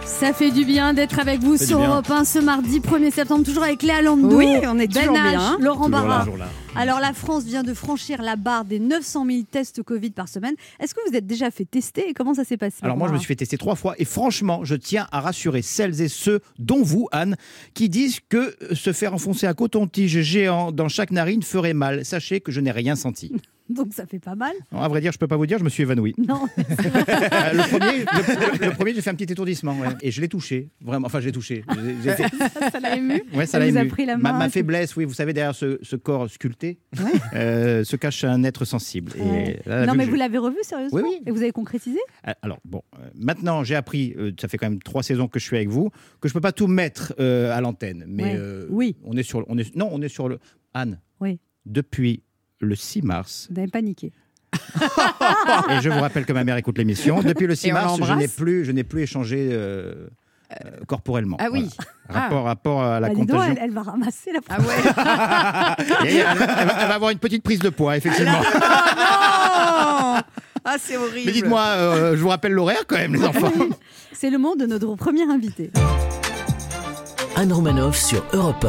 S3: Ça fait du bien d'être avec vous
S4: fait
S3: sur
S4: du bien.
S3: Europe 1 ce mardi 1er septembre, toujours avec Léa Landau,
S6: Oui, on est
S3: Ben
S6: toujours
S3: H,
S6: bien.
S3: Laurent
S4: toujours
S3: Barra.
S4: là, toujours là.
S3: Alors la France vient de franchir la barre des 900 000 tests Covid par semaine. Est-ce que vous êtes déjà fait tester et comment ça s'est passé
S5: Alors moi, je me suis fait tester trois fois et franchement, je tiens à rassurer celles et ceux, dont vous, Anne, qui disent que se faire enfoncer un coton-tige géant dans chaque narine ferait mal. Sachez que je n'ai rien senti.
S3: Donc ça fait pas
S5: [laughs]
S3: mal.
S5: Non, à vrai dire, je peux pas vous dire, je me suis évanoui.
S3: [laughs] Non.
S5: Euh, le premier, le, le premier j'ai fait un petit étourdissement ouais. et je l'ai touché, vraiment. Enfin, je l'ai touché. J'ai- j'ai fait-
S3: [laughs] ça l'a ému.
S5: Ouais, ça
S3: Elle
S5: l'a
S3: vous a
S5: ému.
S3: pris la
S5: ma,
S3: main,
S5: ma
S3: c'est-
S5: faiblesse, oui, vous savez, derrière ce, ce corps sculpté, euh, se cache un être sensible. [laughs] Et
S3: Ouais.
S5: là, la
S3: non
S5: vue
S3: mais
S5: que
S3: vous
S5: j'ai-
S3: l'avez revu sérieusement
S5: Oui, oui.
S3: et vous avez concrétisé
S5: Ah, Alors bon, euh, maintenant j'ai appris, euh, ça fait quand même trois saisons que je suis avec vous, que je peux pas tout mettre euh, à l'antenne. Mais
S3: Ouais.
S5: euh,
S3: Oui.
S5: on est sur, on est, non, on est sur le Anne.
S3: Oui.
S5: Depuis le 6 mars,
S3: Vous avez paniqué.
S5: [laughs] et je vous rappelle que ma mère écoute l'émission. Depuis le 6
S6: Et on
S5: mars, je
S6: l'embrasse.
S5: n'ai plus, je n'ai plus échangé euh, euh, corporellement.
S6: Ah oui. Ah.
S5: Rapport, rapport à la
S3: Bah, dis donc,
S5: contagion.
S3: elle, elle va ramasser la
S6: Ah ouais.
S5: Et elle, elle va, elle va avoir une petite prise de poids, effectivement.
S6: Ah non [laughs] Ah, c'est horrible.
S5: Mais dites-moi, euh, je vous rappelle l'horaire quand
S2: [laughs]
S5: même, les enfants.
S3: C'est le moment de notre premier invité.
S2: Anne Romanoff sur Europe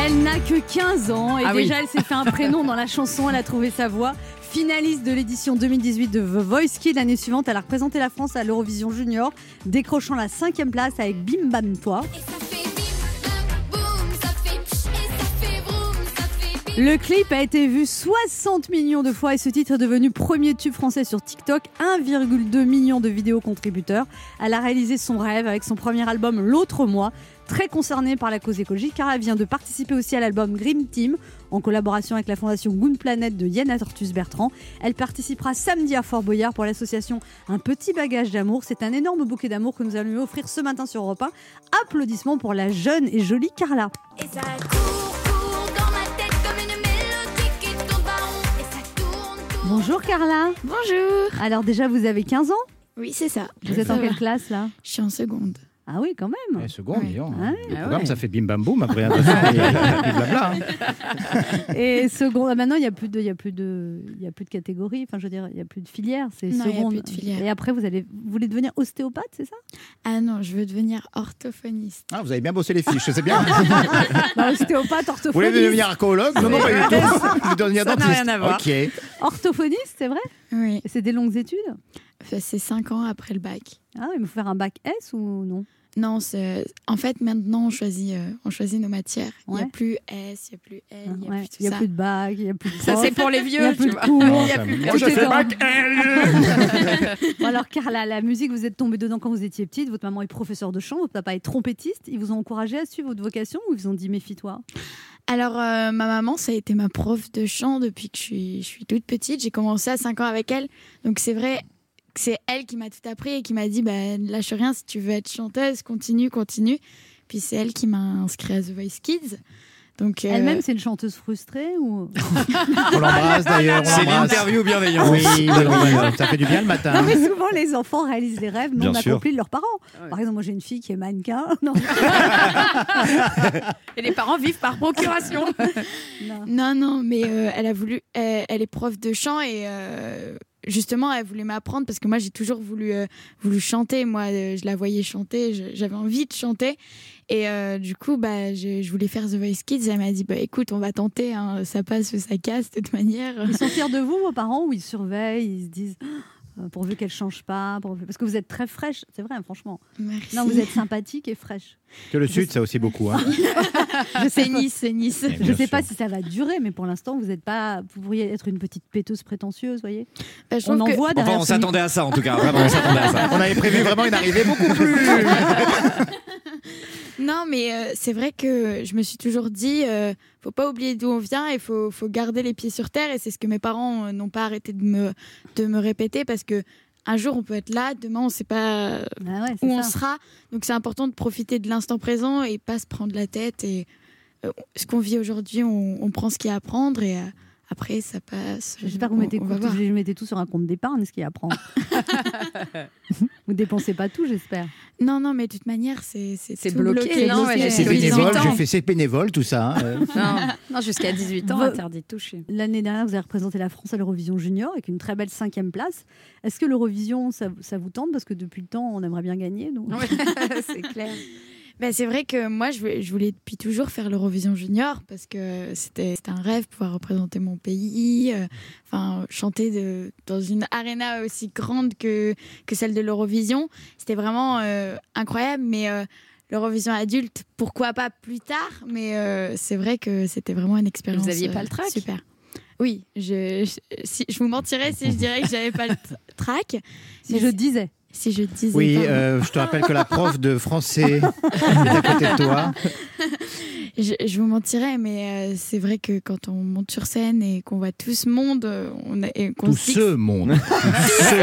S3: Elle n'a que 15 ans et
S6: Ah oui.
S3: déjà elle s'est fait un prénom dans la chanson, elle a trouvé sa voix. Finaliste de l'édition 2018 de The Voice Kids l'année suivante, elle a représenté la France à l'Eurovision Junior, décrochant la cinquième place avec Bim Bam Toi.
S9: Et ça fait bim, bam, boum, ça fait pch, et ça fait vroom, ça fait bim.
S3: Le clip a été vu 60 millions de fois et ce titre est devenu premier tube français sur TikTok, 1,2 million de vidéos contributeurs. Elle a réalisé son rêve avec son premier album L'autre moi, très concernée par la cause écologique car elle vient de participer aussi à l'album Green Team en collaboration avec la fondation Goon Planet de Yana Tortus Bertrand. Elle participera samedi à Fort Boyard pour l'association Un petit bagage d'amour. C'est un énorme bouquet d'amour que nous allons lui offrir ce matin sur Europe 1. Applaudissements pour la jeune et jolie Carla.
S9: Et ça court, court dans ma tête comme une mélodie qui tourne pas rond. Et ça tourne, tourne.
S3: Bonjour Carla.
S10: Bonjour
S3: Alors déjà vous avez 15 ans
S10: Oui, c'est ça.
S3: Vous êtes
S10: Ça
S3: en
S10: va.
S3: quelle classe là
S10: Je suis en seconde.
S3: Ah oui quand même.
S5: Eh, second,
S10: Ouais.
S5: disons,
S3: Ah,
S5: le
S6: ah
S5: programme,
S6: ouais.
S5: ça fait de bim bam boum après. hein, de toute façon, il y a- il y a plus de blabla, hein.
S3: [laughs] Et seconde, ah, maintenant il n'y a plus de, il y a plus de, il y a plus de catégorie. Enfin, je veux dire, il n'y a plus de filière. C'est
S10: Non, il y a
S3: seconde.
S10: plus de filière.
S3: Et après, vous allez, vous voulez devenir ostéopathe, c'est ça
S10: Ah non, je veux devenir orthophoniste.
S5: Ah, vous avez bien bossé les fiches, c'est bien.
S3: [laughs] Bah, Ostéopathe,
S5: Vous voulez
S3: orthophoniste.
S5: devenir archéologue Non, non, pas du tout. Vous voulez devenir
S6: Ça n'a
S5: dentiste.
S6: rien à voir.
S5: Ok.
S3: Orthophoniste, c'est vrai
S10: Oui,
S3: Et C'est des longues études.
S10: Enfin, c'est 5 ans après le bac.
S3: Ah, il faut faire un bac S ou non
S10: Non, c'est- en fait, maintenant, on choisit, euh, on choisit nos matières. Il n'y a
S3: Ouais.
S10: plus S, il n'y a plus L, il n'y a
S3: Ouais.
S10: plus tout
S3: Il y a
S10: ça.
S3: plus de bac, il n'y a plus de
S6: Ça,
S3: prof,
S6: c'est pour les
S3: il n'y a
S6: vieux,
S3: plus
S6: tu
S3: de
S6: vois.
S3: cours.
S5: Non, ça-
S3: Tout est dans- [laughs] Bon, alors Carla, la musique, vous êtes tombée dedans quand vous étiez petite. Votre maman est professeure de chant, votre papa est trompettiste. Ils vous ont encouragé à suivre votre vocation ou ils vous ont dit méfie-toi
S10: Alors, euh, ma maman, ça a été ma prof de chant depuis que je suis, je suis toute petite. J'ai commencé à 5 ans avec elle. Donc, c'est vrai que c'est elle qui m'a tout appris et qui m'a dit bah, ne lâche rien, si tu veux être chanteuse, continue, continue. Puis, c'est elle qui m'a inscrit à The Voice Kids. Donc, euh,
S3: Elle-même, c'est une chanteuse frustrée ou
S5: On
S6: Ah,
S5: l'embrasse d'ailleurs.
S2: C'est l'interview bienveillante.
S5: Oui, ça fait du bien le matin.
S3: Non, mais souvent, les enfants réalisent les rêves non
S4: Bien sûr.
S3: accomplis de leurs parents.
S6: Ah
S3: Par exemple, moi, j'ai une fille qui est
S6: [laughs]
S3: mannequin. Non,
S6: Et les parents vivent par procuration.
S3: non.
S10: Non, non, mais euh, elle a voulu. Elle, elle est prof de chant et euh, justement, elle voulait m'apprendre parce que moi, j'ai toujours voulu, euh, voulu chanter. Moi, euh, je la voyais chanter, je- j'avais envie de chanter. Et euh, du coup, bah, je, je voulais faire The Voice Kids. Elle m'a dit bah, écoute, on va tenter, hein, ça passe ou ça casse, de toute manière.
S3: Ils sont fiers de vous, vos [laughs] parents, ou ils surveillent, ils se disent euh, pourvu qu'elle change pas, pourvu- parce que vous êtes très fraîche, c'est vrai, hein, franchement.
S10: Merci.
S3: Non, vous êtes sympathique et fraîche.
S5: Que le Sud, ça aussi beaucoup. Hein.
S10: C'est Nice, c'est Nice.
S5: Eh bien
S3: Je ne sais
S5: sûr.
S3: pas si ça va durer, mais pour l'instant, vous êtes pas, vous pourriez être une petite péteuse prétentieuse, voyez.
S10: Bah, je
S3: On
S10: trouve
S3: en
S10: que-
S3: voit
S2: Enfin,
S3: derrière.
S2: on
S3: ce-
S2: s'attendait à ça en tout cas. Ah, Vraiment, on s'attendait à ça.
S5: On avait prévu vraiment une arrivée beaucoup plus.
S10: Non, mais euh, c'est vrai que je me suis toujours dit, euh, faut pas oublier d'où on vient et faut, faut garder les pieds sur terre. Et c'est ce que mes parents euh, n'ont pas arrêté de me, de me répéter parce que un jour on peut être là, demain on sait pas
S3: Ah ouais, c'est
S10: où on
S3: ça.
S10: sera. Donc c'est important de profiter de l'instant présent et pas se prendre la tête. Et euh, ce qu'on vit aujourd'hui, on, on prend ce qu'il y a à prendre et euh, après ça passe.
S3: J'espère que
S10: On-
S3: vous mettez,
S10: on va
S3: tout-
S10: voir.
S3: vous mettez tout sur un compte d'épargne, ce qu'il y a à prendre. vous dépensez pas tout, j'espère.
S10: Non, non, mais de toute manière, c'est c'est
S6: C'est
S10: tout
S6: bloqué, non,
S10: bloqué.
S6: mais
S5: C'est
S6: Jusqu'à 18
S5: bénévole,
S6: ans.
S5: j'ai fait c'est bénévole tout ça. hein. Euh,
S6: Non, [laughs] non, jusqu'à 18 ans,
S3: Vo-
S6: interdit de toucher.
S3: L'année dernière, vous avez représenté la France à l'Eurovision Junior avec une très belle cinquième place. Est-ce que l'Eurovision, ça, ça vous tente Parce que depuis le temps, on aimerait bien gagner. donc. [laughs]
S6: c'est clair.
S10: Bah, c'est vrai que moi, je voulais, je voulais depuis toujours faire l'Eurovision Junior parce que c'était c'était un rêve, pouvoir représenter mon pays, euh, enfin, chanter de- dans une arena aussi grande que, que celle de l'Eurovision. C'était vraiment euh, incroyable, mais euh, l'Eurovision adulte, pourquoi pas plus tard Mais euh, c'est vrai que c'était vraiment une expérience
S6: Vous aviez pas le
S10: euh,
S6: track
S10: super. Oui, je, je- si, je vous mentirais si je dirais que j'avais pas le t- track.
S3: Si je disais.
S10: Si je disais
S5: Oui,
S10: pardon.
S5: euh, je te rappelle que la prof
S10: [laughs]
S5: de français qui est à côté de
S6: [laughs]
S5: toi.
S10: Je, je vous mentirais, mais euh, c'est vrai que quand on monte sur scène et qu'on voit tout ce monde, euh, on a, et qu'on
S5: Tout
S10: se fixe-
S5: ce
S6: [laughs]
S5: monde. Tout ce, tout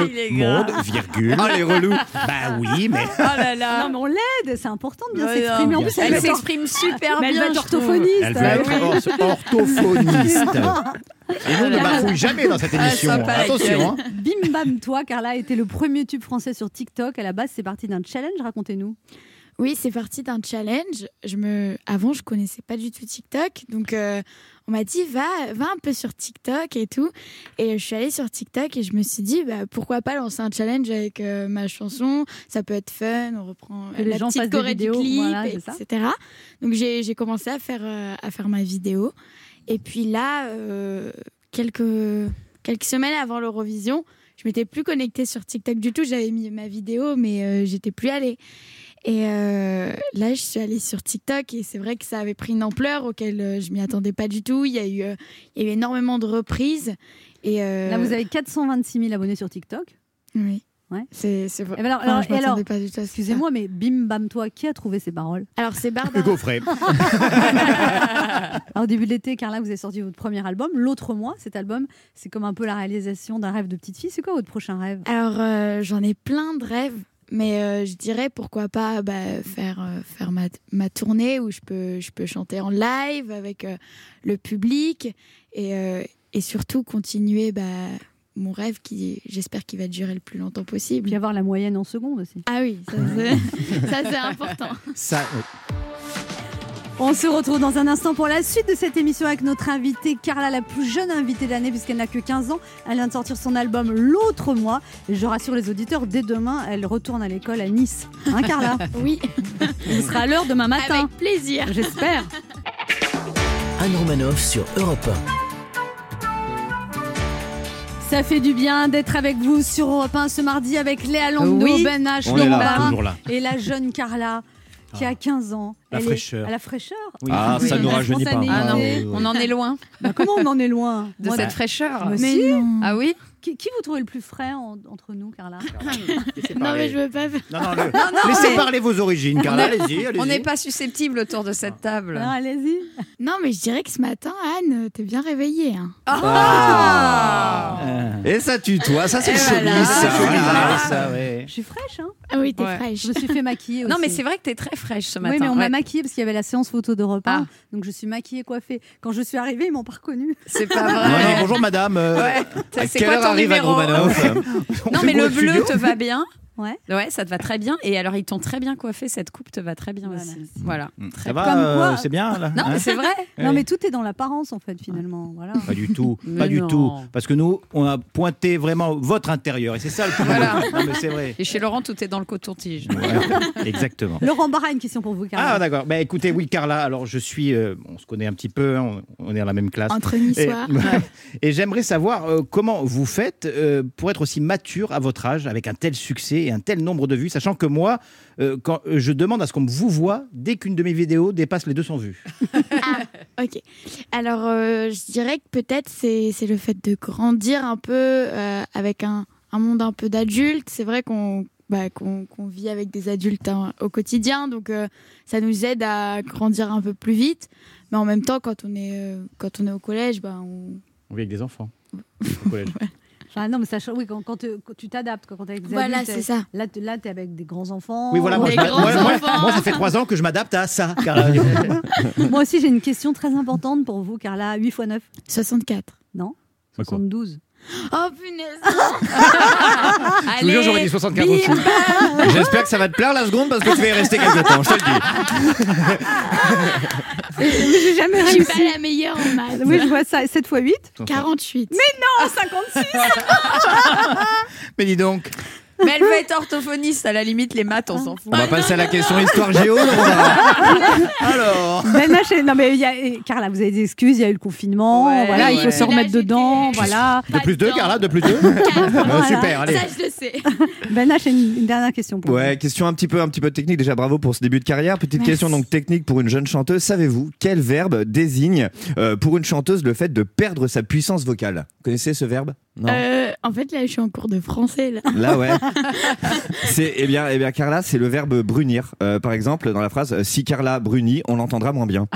S6: Ah, Il est
S5: ce
S6: gras.
S5: monde, virgule.
S4: Ah, les relous
S5: Bah oui, mais.
S6: [laughs] Oh là là.
S3: Non, mais on l'aide, c'est important de bien
S6: Ouais,
S3: s'exprimer. En
S5: non.
S3: plus, elle,
S6: elle
S3: va être-
S6: s'exprime super
S3: mais elle
S6: bien.
S3: va être
S6: je trouve.
S3: orthophoniste. hein.
S5: Elle va être or-
S3: [laughs]
S5: orthophoniste. Et nous, on ne bafouille jamais dans cette
S6: Ah,
S5: émission.
S6: sympa,
S5: Attention. hein.
S3: Bim Bam Toi, Carla était le premier tube français sur TikTok. À la base, c'est parti d'un challenge, racontez-nous.
S10: Oui, c'est parti d'un challenge. Je me, avant, je connaissais pas du tout TikTok, donc euh, on m'a dit va, va un peu sur TikTok et tout. Et je suis allée sur TikTok et je me suis dit bah, pourquoi pas lancer un challenge avec euh, ma chanson. Ça peut être fun. On reprend
S3: Que les
S10: la
S3: gens fassent
S10: petite
S3: des
S10: choré du
S3: vidéos,
S10: clip,
S3: voilà, c'est ça.
S10: etc. Donc j'ai j'ai commencé à faire euh, à faire ma vidéo. Et puis là, euh, quelques quelques semaines avant l'Eurovision, je m'étais plus connectée sur TikTok du tout. J'avais mis ma vidéo, mais euh, j'étais plus allée. Et euh, là, je suis allée sur TikTok et c'est vrai que ça avait pris une ampleur auquel euh, je m'y attendais pas du tout. Il y a eu, euh, il y a eu énormément de reprises. Et euh,
S3: Là, vous avez 426 000 abonnés sur TikTok.
S10: oui.
S3: Ouais.
S10: C'est c'est vrai.
S3: Eh ben alors,
S10: Enfin,
S3: alors-
S10: je
S3: et alors,
S10: m'attendais pas du tout à ça.
S3: Excusez-moi, mais bim bam toi, qui a trouvé ces paroles
S10: Alors c'est Barbara.
S5: Hugo
S10: [laughs]
S5: Frey.
S3: Alors, au début de l'été, Carla, vous avez sorti votre premier album. L'autre mois, cet album, c'est comme un peu la réalisation d'un rêve de petite fille. C'est quoi votre prochain rêve
S10: Alors, euh, j'en ai plein de rêves, mais euh, je dirais pourquoi pas bah, faire, euh, faire ma, ma tournée où je peux, je peux chanter en live avec euh, le public et, euh, et surtout continuer bah, mon rêve qui, j'espère, qu'il va durer le plus longtemps possible. Puis
S3: avoir la moyenne en seconde aussi.
S10: Ah oui, ça c'est, ça, c'est important.
S5: Ça,
S3: [laughs] On se retrouve dans un instant pour la suite de cette émission avec notre invitée Carla, la plus jeune invitée de l'année puisqu'elle n'a que 15 ans. Elle vient de sortir son album l'autre mois. Et je rassure les auditeurs, dès demain, elle retourne à l'école à Nice. Hein Carla
S10: [laughs] Oui.
S3: Ce sera à l'heure demain matin. Avec
S10: plaisir.
S3: J'espère.
S2: Anne Romanoff sur Europe
S3: Ça fait du bien d'être avec vous sur Europe 1 ce mardi avec Léa Landau,
S6: Oui.
S3: Ben H,
S5: On est
S3: Laurent
S5: là,
S3: Barra
S5: toujours là.
S3: et la jeune Carla qui a 15 ans.
S5: La
S3: Elle est
S5: fraîcheur.
S3: à la fraîcheur.
S5: Oui. Ah, ça
S3: Oui.
S5: nous
S3: La
S5: rajeunit pas.
S3: spontanéité.
S5: Ah non, oui, oui.
S3: [laughs]
S6: On en est loin.
S3: Bah, comment on en est loin
S6: De
S3: Moi,
S6: cette
S3: bah-
S6: fraîcheur.
S3: Mais,
S6: Mais
S3: si.
S6: non.
S3: Ah oui qui, qui vous trouvez le plus frais en- entre nous, Carla
S10: Non, mais je veux pas faire.
S5: Non, non, le-
S6: [laughs] Non, non,
S5: laissez
S6: mais-
S5: parler vos origines, Carla.
S6: On est-
S5: Allez-y, allez-y.
S6: On n'est pas susceptible autour de cette table.
S3: allez-y.
S10: Non, mais je dirais que ce matin, Anne, euh, t'es bien réveillée. hein.
S6: Ah.
S4: Ah. Et ça tue, toi, ça c'est
S6: Eh
S10: Et
S4: joli,
S10: voilà.
S4: ça.
S5: Ah,
S4: voilà.
S5: ça, ouais.
S3: Je suis fraîche, hein
S10: Ah oui, t'es
S3: Ouais.
S10: fraîche.
S3: Je me suis fait maquiller
S6: Non,
S3: aussi.
S6: mais c'est vrai que t'es très fraîche ce matin.
S3: Oui, mais on m'a
S6: ouais. Ah.
S3: maquillée parce qu'il y avait la séance photo de repas. Donc je suis maquillée, coiffée. Quand je suis arrivée, ils m'ont pas reconnue.
S6: C'est pas
S5: Non,
S6: vrai.
S5: non, bonjour madame. euh,
S6: Ouais.
S5: à
S6: C'est
S5: quelle
S6: quoi
S5: heure
S6: ton
S5: arrive
S6: numéro
S5: Andromanoff On
S6: [laughs] Non,
S5: fait
S6: mais
S5: quoi
S6: le
S5: au studio
S6: bleu te va bien.
S3: Ouais.
S6: Ouais, ça te va très bien. Et alors, ils t'ont très bien coiffé. Cette coupe te va très bien aussi. Voilà. Très
S5: Ça va,
S3: Comme
S5: euh,
S3: quoi.
S5: c'est bien là
S6: Non, mais
S5: hein
S6: c'est vrai.
S3: [laughs] Non, mais tout est dans l'apparence, en fait, finalement. Voilà.
S5: Ah. Pas du tout,
S6: Mais
S5: pas du
S6: non.
S5: tout. Parce que nous, on a pointé vraiment votre intérieur. Et c'est ça le plus.
S6: Voilà.
S5: Non, mais c'est vrai.
S6: Et chez Laurent, tout est dans le coton-tige.
S5: Ouais, Exactement.
S3: Laurent Barra, une question pour vous, Carla.
S5: Ah d'accord. Bah écoutez, oui Carla, alors je suis, euh, on se connaît un petit peu, hein, on, on est dans la même classe.
S10: Entre
S5: Et,
S10: niçois.
S5: [laughs] et j'aimerais savoir euh, comment vous faites euh, pour être aussi mature à votre âge, avec un tel succès et un tel nombre de vues, sachant que moi, euh, quand euh, je demande à ce qu'on me vous voit dès qu'une de mes vidéos dépasse les 200 vues.
S6: Ah.
S10: Ok. Alors, euh, je dirais que peut-être c'est c'est le fait de grandir un peu euh, avec un, un monde un peu d'adultes. C'est vrai qu'on bah, qu'on qu'on vit avec des adultes hein, au quotidien, donc euh, ça nous aide à grandir un peu plus vite. Mais en même temps, quand on est, euh, quand on est au collège, bah, on...
S5: On vit avec des enfants. au collège.
S3: Ah non, mais ça, change- oui, quand, quand te- quand tu t'adaptes, quand t'es avec des
S10: Voilà,
S3: adultes, euh,
S10: c'est ça.
S3: Là, t- là t'es avec des grands enfants.
S5: Oui, voilà, moi,
S10: Des
S5: je m'a-
S10: grands
S5: moi- moi-
S10: enfants.
S5: moi, ça fait trois ans que je m'adapte à ça,
S4: [laughs]
S5: Carla.
S3: [laughs] Moi aussi, j'ai une question très importante pour vous, Carla. 8 x 9
S10: 64.
S3: Non Ah,
S5: Bah, quoi
S3: 72.
S10: Oh punaise
S5: Je vous jure, j'aurais dit 64 aussi.
S4: J'espère que ça va te plaire la seconde parce que tu vas y rester quelques temps, je te le dis.
S3: J'ai jamais
S10: Je suis pas la meilleure en maths.
S3: Oui, je vois ça. 7 x 8
S10: 48.
S3: Oh, 56
S5: [laughs] Mais dis donc,
S6: Mais elle va être orthophoniste. À la limite, les maths, on s'en fout.
S4: On
S10: Ah,
S4: va passer à la question histoire géo. Laurent Barra.
S5: alors
S3: Ben H, non, mais il y a, et Carla, vous avez des excuses, il y a eu le confinement,
S6: Ouais,
S3: voilà, il faut
S6: ouais.
S3: se remettre
S10: Là, j'étais-
S3: dedans, voilà.
S5: De plus deux,
S10: dedans.
S5: Carla, de plus
S3: [laughs]
S5: deux
S4: [laughs]
S5: Ah,
S3: Voilà.
S5: Super, allez.
S10: Ça, je le sais.
S3: [laughs] Ben H, une, une dernière question pour
S4: Ouais, question un petit peu, un petit peu technique. Déjà, bravo pour ce début de carrière. Petite
S10: Merci.
S4: question donc technique pour une jeune chanteuse. Savez-vous quel verbe désigne euh, pour une chanteuse le fait de perdre sa puissance vocale Vous Connaissez ce verbe Non.
S10: Euh, en fait, là, je suis en cours de français. Là. [laughs]
S4: Là, ouais. c'est, eh bien, eh bien, Carla, c'est le verbe brunir. Euh, par exemple, dans la phrase euh, Si Carla brunit, on l'entendra
S10: [laughs]
S4: moins bien.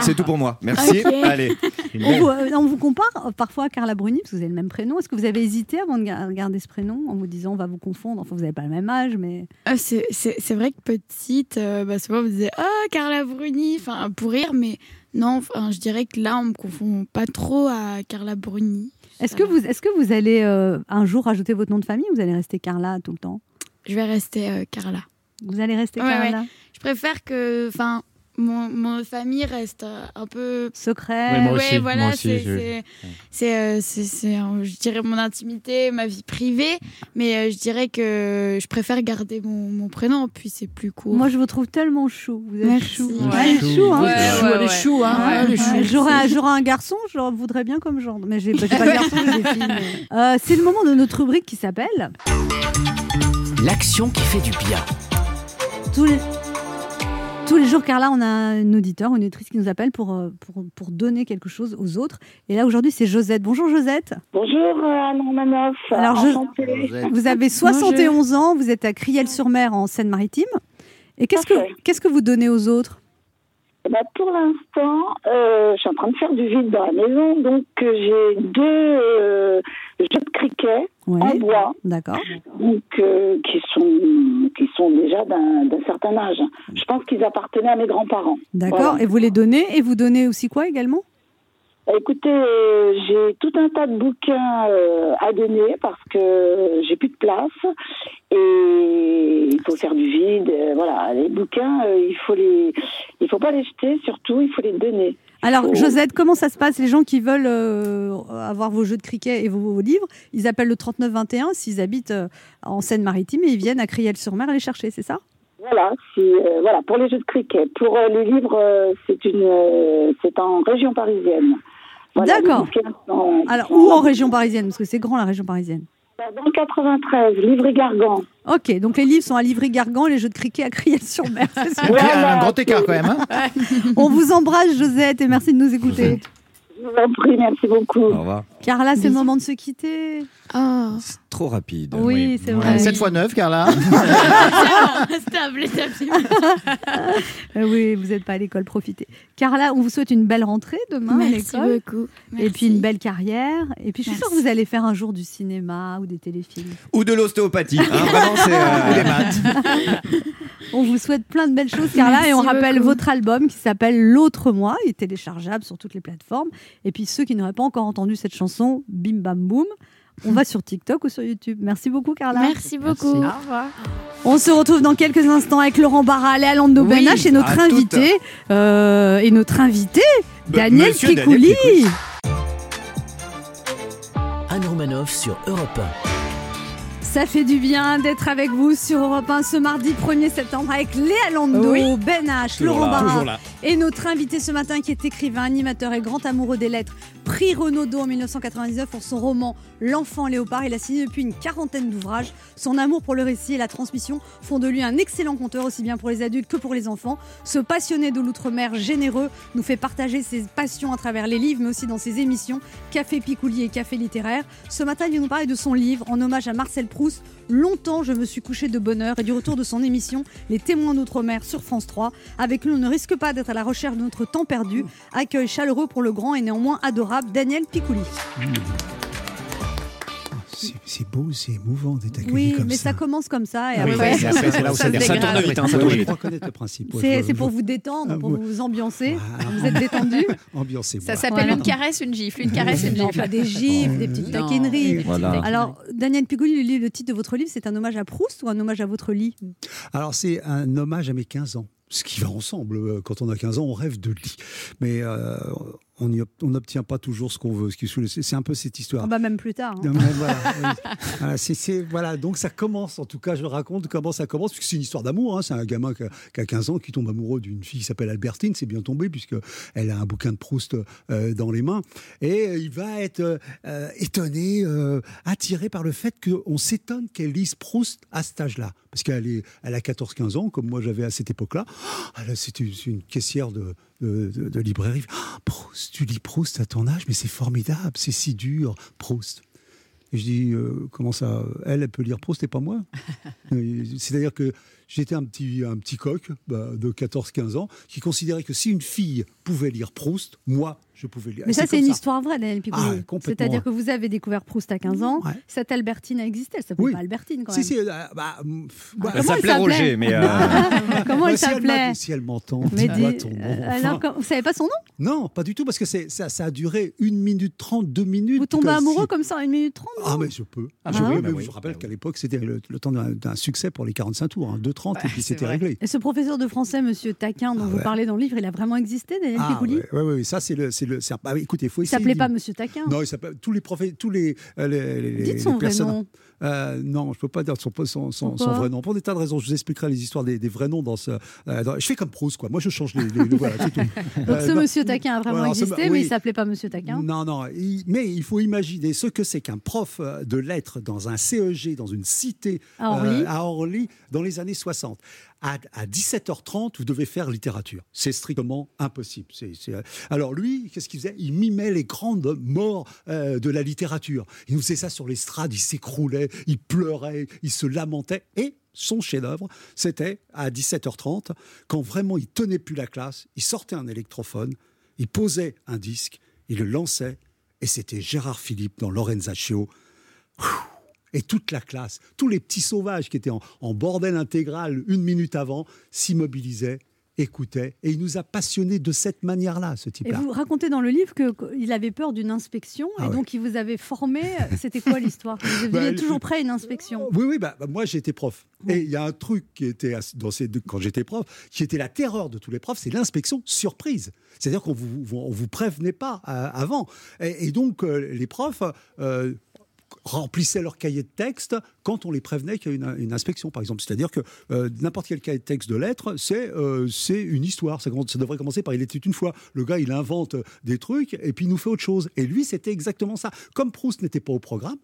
S4: c'est tout pour moi. Merci.
S10: Ok.
S4: Allez.
S3: vous. On vous, euh, on vous compare euh, parfois à Carla Bruni, parce que vous avez le même prénom. Est-ce que vous avez hésité avant de ga- garder ce prénom, en vous disant on va vous confondre Enfin, vous n'avez pas le même âge, mais.
S10: Ah, c'est- c'est c'est vrai que petite, euh, bah, souvent on me disait Ah, Carla Bruni, enfin, pour rire, mais non, enfin, je dirais que là, on me confond pas trop à Carla Bruni.
S3: Est-ce que, vous, est que vous allez euh, un jour rajouter votre nom de famille ou vous allez rester Carla tout le temps
S10: Je vais rester euh, Carla.
S3: Vous allez rester
S10: Ouais,
S3: Carla
S10: Je préfère que enfin, mon, mon famille reste euh, un peu.
S3: Secret
S10: Ouais, voilà, c'est- c'est- c'est, euh, c'est- c'est, euh, je dirais, mon intimité, ma vie privée, mais euh, je dirais que je préfère garder mon, mon prénom, puis c'est plus court.
S3: Moi, je vous trouve tellement chou. Vous êtes
S10: Merci.
S3: chou.
S10: Ouais,
S3: Ouais,
S5: chou.
S3: chou, hein.
S6: Ouais, ouais, ouais.
S3: Ah,
S6: Ouais.
S3: ouais, J'aurais un- j'aurais un garçon, j'en voudrais bien comme genre. Mais j'ai j'ai pas de garçon, j'ai des filles. mais- Euh, C'est le moment de notre rubrique qui s'appelle
S2: 1. L'action qui fait du bien.
S3: Tous les... tous les jours, Carla, on a un auditeur, une auditrice qui nous appelle pour, euh, pour, pour donner quelque chose aux autres. Et là, aujourd'hui, c'est Josette. Bonjour, Josette.
S11: Bonjour euh, Anne Romanoff.
S3: Alors, je- vous avez 71 ans, vous êtes à Crielles-sur-Mer, en Seine-Maritime. Et qu'est-ce que, qu'est-ce que vous donnez aux autres
S11: Eh ben, pour l'instant, euh, je suis en train de faire du vide dans la maison, donc euh, j'ai deux euh, jeux de criquet
S3: Ouais.
S11: en bois,
S3: D'accord.
S11: donc euh, qui sont qui sont déjà d'un d'un certain âge. Je pense qu'ils appartenaient à mes grands-parents.
S3: D'accord.
S11: Voilà. Bah,
S3: Et vous les donnez. Et vous donnez aussi quoi également
S11: Écoutez, euh, j'ai tout un tas de bouquins euh, à donner parce que j'ai plus de place et il faut faire du vide. euh, voilà, les bouquins, euh, il faut les, il faut pas les jeter. Surtout, il faut les donner.
S3: Alors,
S11: Oh.
S3: Josette, comment ça se passe Les gens qui veulent euh, avoir vos jeux de cricket et vos, vos livres, ils appellent le 3921 s'ils habitent euh, en Seine-Maritime et ils viennent à Crielles-sur-Mer les chercher, c'est ça
S11: Voilà, si, euh, voilà pour les jeux de cricket. Pour euh, les livres, euh, c'est une, euh, c'est en région parisienne. Voilà,
S3: D'accord.
S11: les bouquins sont-
S3: Alors,
S11: sont-
S3: ou en région parisienne, parce que c'est grand la région parisienne.
S11: Dans le 93, Livry-Gargan.
S3: Ok, donc les livres sont à Livry-Gargan et les jeux de cricket à Crielles-sur-Mer. c'est ça
S5: Il y a un grand écart quand même. hein.
S3: On vous embrasse, Josette, et merci de nous écouter.
S11: Je vous en prie, merci beaucoup.
S4: Au revoir.
S3: Carla, c'est le moment de se quitter.
S4: Trop rapide.
S3: Oui, c'est vrai.
S5: 7 fois 9, Carla.
S3: [laughs] Stable, Eh oui, vous n'êtes pas à l'école, profitez. Carla, on vous souhaite une belle rentrée demain
S10: Merci
S3: à l'école.
S10: beaucoup.
S3: Et puis une belle carrière. Et puis je suis sûre que vous allez faire un jour du cinéma ou des téléfilms.
S4: Ou de l'ostéopathie. hein, vraiment, c'est, euh,
S3: [laughs] On vous souhaite plein de belles choses, Carla.
S10: Merci
S3: et on rappelle
S10: beaucoup.
S3: votre album qui s'appelle L'autre moi. Il est téléchargeable sur toutes les plateformes. Et puis ceux qui n'auraient pas encore entendu cette chanson, bim bam boum, on va sur TikTok ou sur YouTube. Merci beaucoup, Carla.
S10: Merci beaucoup.
S3: Au revoir. On se retrouve dans quelques instants avec Laurent Barra, Léalande de
S10: Oui,
S3: Benache et notre
S10: à toutes.
S3: invité, euh, et notre invité, Daniel
S2: Bah, Monsieur Daniel
S3: Picouli.
S2: Picouli. Anne Romanoff sur Europe
S3: Ça fait du bien d'être avec vous sur Europe 1 ce mardi 1er septembre avec Léa Lando,
S2: Oui.
S3: Ben H,
S2: Toujours
S3: Laurent
S2: là, toujours
S3: Barra
S2: là.
S3: et notre invité ce matin qui est écrivain, animateur et grand amoureux des lettres. Prix Renaudot en 1999 pour son roman L'enfant léopard. Il a signé depuis une quarantaine d'ouvrages. Son amour pour le récit et la transmission font de lui un excellent conteur aussi bien pour les adultes que pour les enfants. Ce passionné de l'outre-mer généreux nous fait partager ses passions à travers les livres mais aussi dans ses émissions Café Picouli et Café Littéraire. Ce matin, il vient nous parler de son livre en hommage à Marcel Proust. Longtemps, je me suis couché de bonne heure et du retour de son émission Les témoins d'outre-mer sur France 3. Avec lui, on ne risque pas d'être à la recherche de notre temps perdu. Accueil chaleureux pour le grand et néanmoins adorable Daniel Picouli.
S12: C'est c'est beau, c'est émouvant d'être accueilli
S3: Oui,
S12: comme
S3: mais ça.
S12: ça.
S3: commence comme ça. Et
S12: Ah oui,
S3: après-
S12: ouais, et après,
S3: [laughs]
S12: c'est là où ça
S3: se
S12: dégrade. Ça tourne vite, hein, ça
S3: dégrade.
S12: tourne vite. Je crois connaître le principe, ouais,
S3: C'est
S12: je-
S3: c'est pour
S12: je-
S3: vous détendre,
S12: Ah,
S3: pour
S12: ouais.
S3: vous ambiancer.
S12: [laughs]
S3: Vous êtes détendu.
S12: Ambiancez-vous.
S6: Ça s'appelle
S3: Voilà.
S6: une caresse, une gifle, une caresse, une
S3: Non,
S6: gifle.
S3: pas des gifles, des petites
S6: Non.
S3: taquineries.
S12: Voilà. taquineries.
S3: Alors, Daniel Pigouli, le, livre- le titre de votre livre, c'est un hommage à Proust ou un hommage à votre lit
S12: Alors, c'est un hommage à mes 15 ans. Ce qui va ensemble. euh, Quand on a 15 ans, on rêve de lit. Mais euh, on n'y ob- on n'obtient pas toujours ce qu'on veut. ce qui est sous le- C'est c'est un peu cette histoire.
S3: On va même plus tard. hein.
S12: Non, mais voilà, oui. [laughs] Voilà, c'est- c'est- voilà, donc ça commence, en tout cas, je le raconte comment ça commence, puisque c'est une histoire d'amour. hein. C'est un gamin qui a, qui a 15 ans qui tombe amoureux d'une fille qui s'appelle Albertine, c'est bien tombé, puisque elle a un bouquin de Proust euh, dans les mains. Et euh, il va être euh, euh, étonné, euh, attiré par le fait qu'on s'étonne qu'elle lise Proust à cet âge-là. Parce qu'elle est- elle a 14-15 ans, comme moi j'avais à cette époque-là. Ah, là, C'était une, une caissière de, de, de- de librairie. Ah, Proust, tu lis Proust à ton âge, mais c'est formidable, c'est si dur, Proust. Et je dis, euh, comment ça Elle, elle peut lire Proust et pas moi Euh, C'est-à-dire que j'étais un petit, un petit coq bah, de 14-15 ans qui considérait que si une fille pouvait lire Proust, moi, je pouvais lire.
S3: [laughs] Mais
S12: Et
S3: ça, c'est
S12: comme
S3: une histoire vraie, Daniel
S12: Ah
S3: Pigouli.
S12: ouais, complètement.
S3: C'est-à-dire que vous avez découvert Proust à 15 ans.
S12: Ouais.
S3: Cette Albertine a existé. Elle s'appelait pas Albertine, quand
S12: Si,
S3: même.
S12: si, euh, bah, mm,
S3: Ah,
S12: pff, bah,
S4: Elle s'appelait
S3: [laughs]
S4: Roger, mais. euh,
S3: Comment elle
S12: Si m'a-
S3: s'appelait
S12: Si elle m'entend,
S3: Mais
S12: dis-moi
S3: dis-
S12: ton nom.
S3: euh,
S12: Enfin,
S3: alors, quand- vous savez pas son nom
S12: Non, pas du tout, parce que c'est- ça, ça a duré une minute 30, deux minutes.
S3: Vous tombez
S12: comme
S3: amoureux
S12: si-
S3: comme ça en 1 minute 30
S12: Ah, mais je peux.
S3: Ah
S12: je
S3: bon
S12: peux,
S3: Bah
S12: mais
S3: oui,
S12: je vous rappelle qu'à l'époque, c'était le, le temps d'un d'un succès pour les 45 tours, hein, 2,30, et puis c'était réglé.
S3: Et ce professeur de français, monsieur Taquin, dont vous
S12: Ah, ouais.
S3: parlez dans le livre, il a vraiment existé, Daniel
S12: Ah,
S3: Picouli
S12: ouais, ouais, ouais, ça, c'est le. c'est le c'est un- ah, écoutez, faut
S3: Il
S12: essayer.
S3: s'appelait
S12: d'y-
S3: pas monsieur Taquin.
S12: Non, il s'appelle. Tous les prophètes, tous les. euh, les, les-
S3: Dites
S12: les
S3: son vrai
S12: personnes-
S3: nom.
S12: Euh, non, je peux pas dire son, son, son, son
S3: Pourquoi
S12: vrai nom. Pour des tas de raisons, je vous expliquerai les histoires des, des vrais noms dans ce. euh, dans- je fais comme Proust, quoi. Moi, je change les. les- les- voilà, c'est
S3: [laughs]
S12: tout.
S3: Donc
S12: Euh,
S3: ce
S12: non.
S3: monsieur hein. Taquin a vraiment
S12: Voilà, ce-
S3: existé, mais
S12: oui.
S3: il s'appelait pas monsieur Taquin.
S12: Non, non, il- mais il faut imaginer ce que c'est qu'un prof euh, de lettres E dans un CEG, dans une cité
S3: À Orly.
S12: à Orly, dans les années 60. À, à 17h30, vous devez faire littérature. C'est strictement impossible. C'est- c'est- euh, Alors lui, qu'est-ce qu'il faisait Il mimait les grandes morts euh, de la littérature. Il nous faisait ça sur l'estrade, il s'écroulait, il pleurait, il se lamentait. Et son chef-d'œuvre, c'était à 17h30, quand vraiment il tenait plus la classe, il sortait un électrophone, il posait un disque, il le lançait, et c'était Gérard Philippe dans Lorenzaccio. Et toute la classe, tous les petits sauvages qui étaient en, en bordel intégral une minute avant, s'immobilisaient, écoutaient. Et il nous a passionnés de cette manière-là, ce
S3: Et
S12: type-là.
S3: vous racontez dans le livre qu'il avait peur d'une inspection
S12: Ah
S3: et
S12: ouais.
S3: donc il vous avait formé. euh, C'était quoi l'histoire Vous
S12: Bah,
S3: veniez
S12: il-
S3: toujours prêt à une inspection.
S12: Oui, oui, bah, bah, moi j'étais prof. Et il y a un truc qui était ass- dans ces deux, quand j'étais prof, qui était la terreur de tous les profs, c'est l'inspection surprise. C'est-à-dire qu'on vous, vous- on vous prévenait pas euh, avant. Et, et donc euh, les profs euh, remplissaient leur cahier de texte quand on les prévenait qu'il y a une, une inspection, par exemple. C'est-à-dire que euh, n'importe quel cahier de texte de lettres, c'est euh, c'est une histoire. Ça, commence- ça devrait commencer par il était une fois. Le gars, il invente euh, des trucs et puis il nous fait autre chose. Et lui, c'était exactement ça. Comme Proust n'était pas au programme,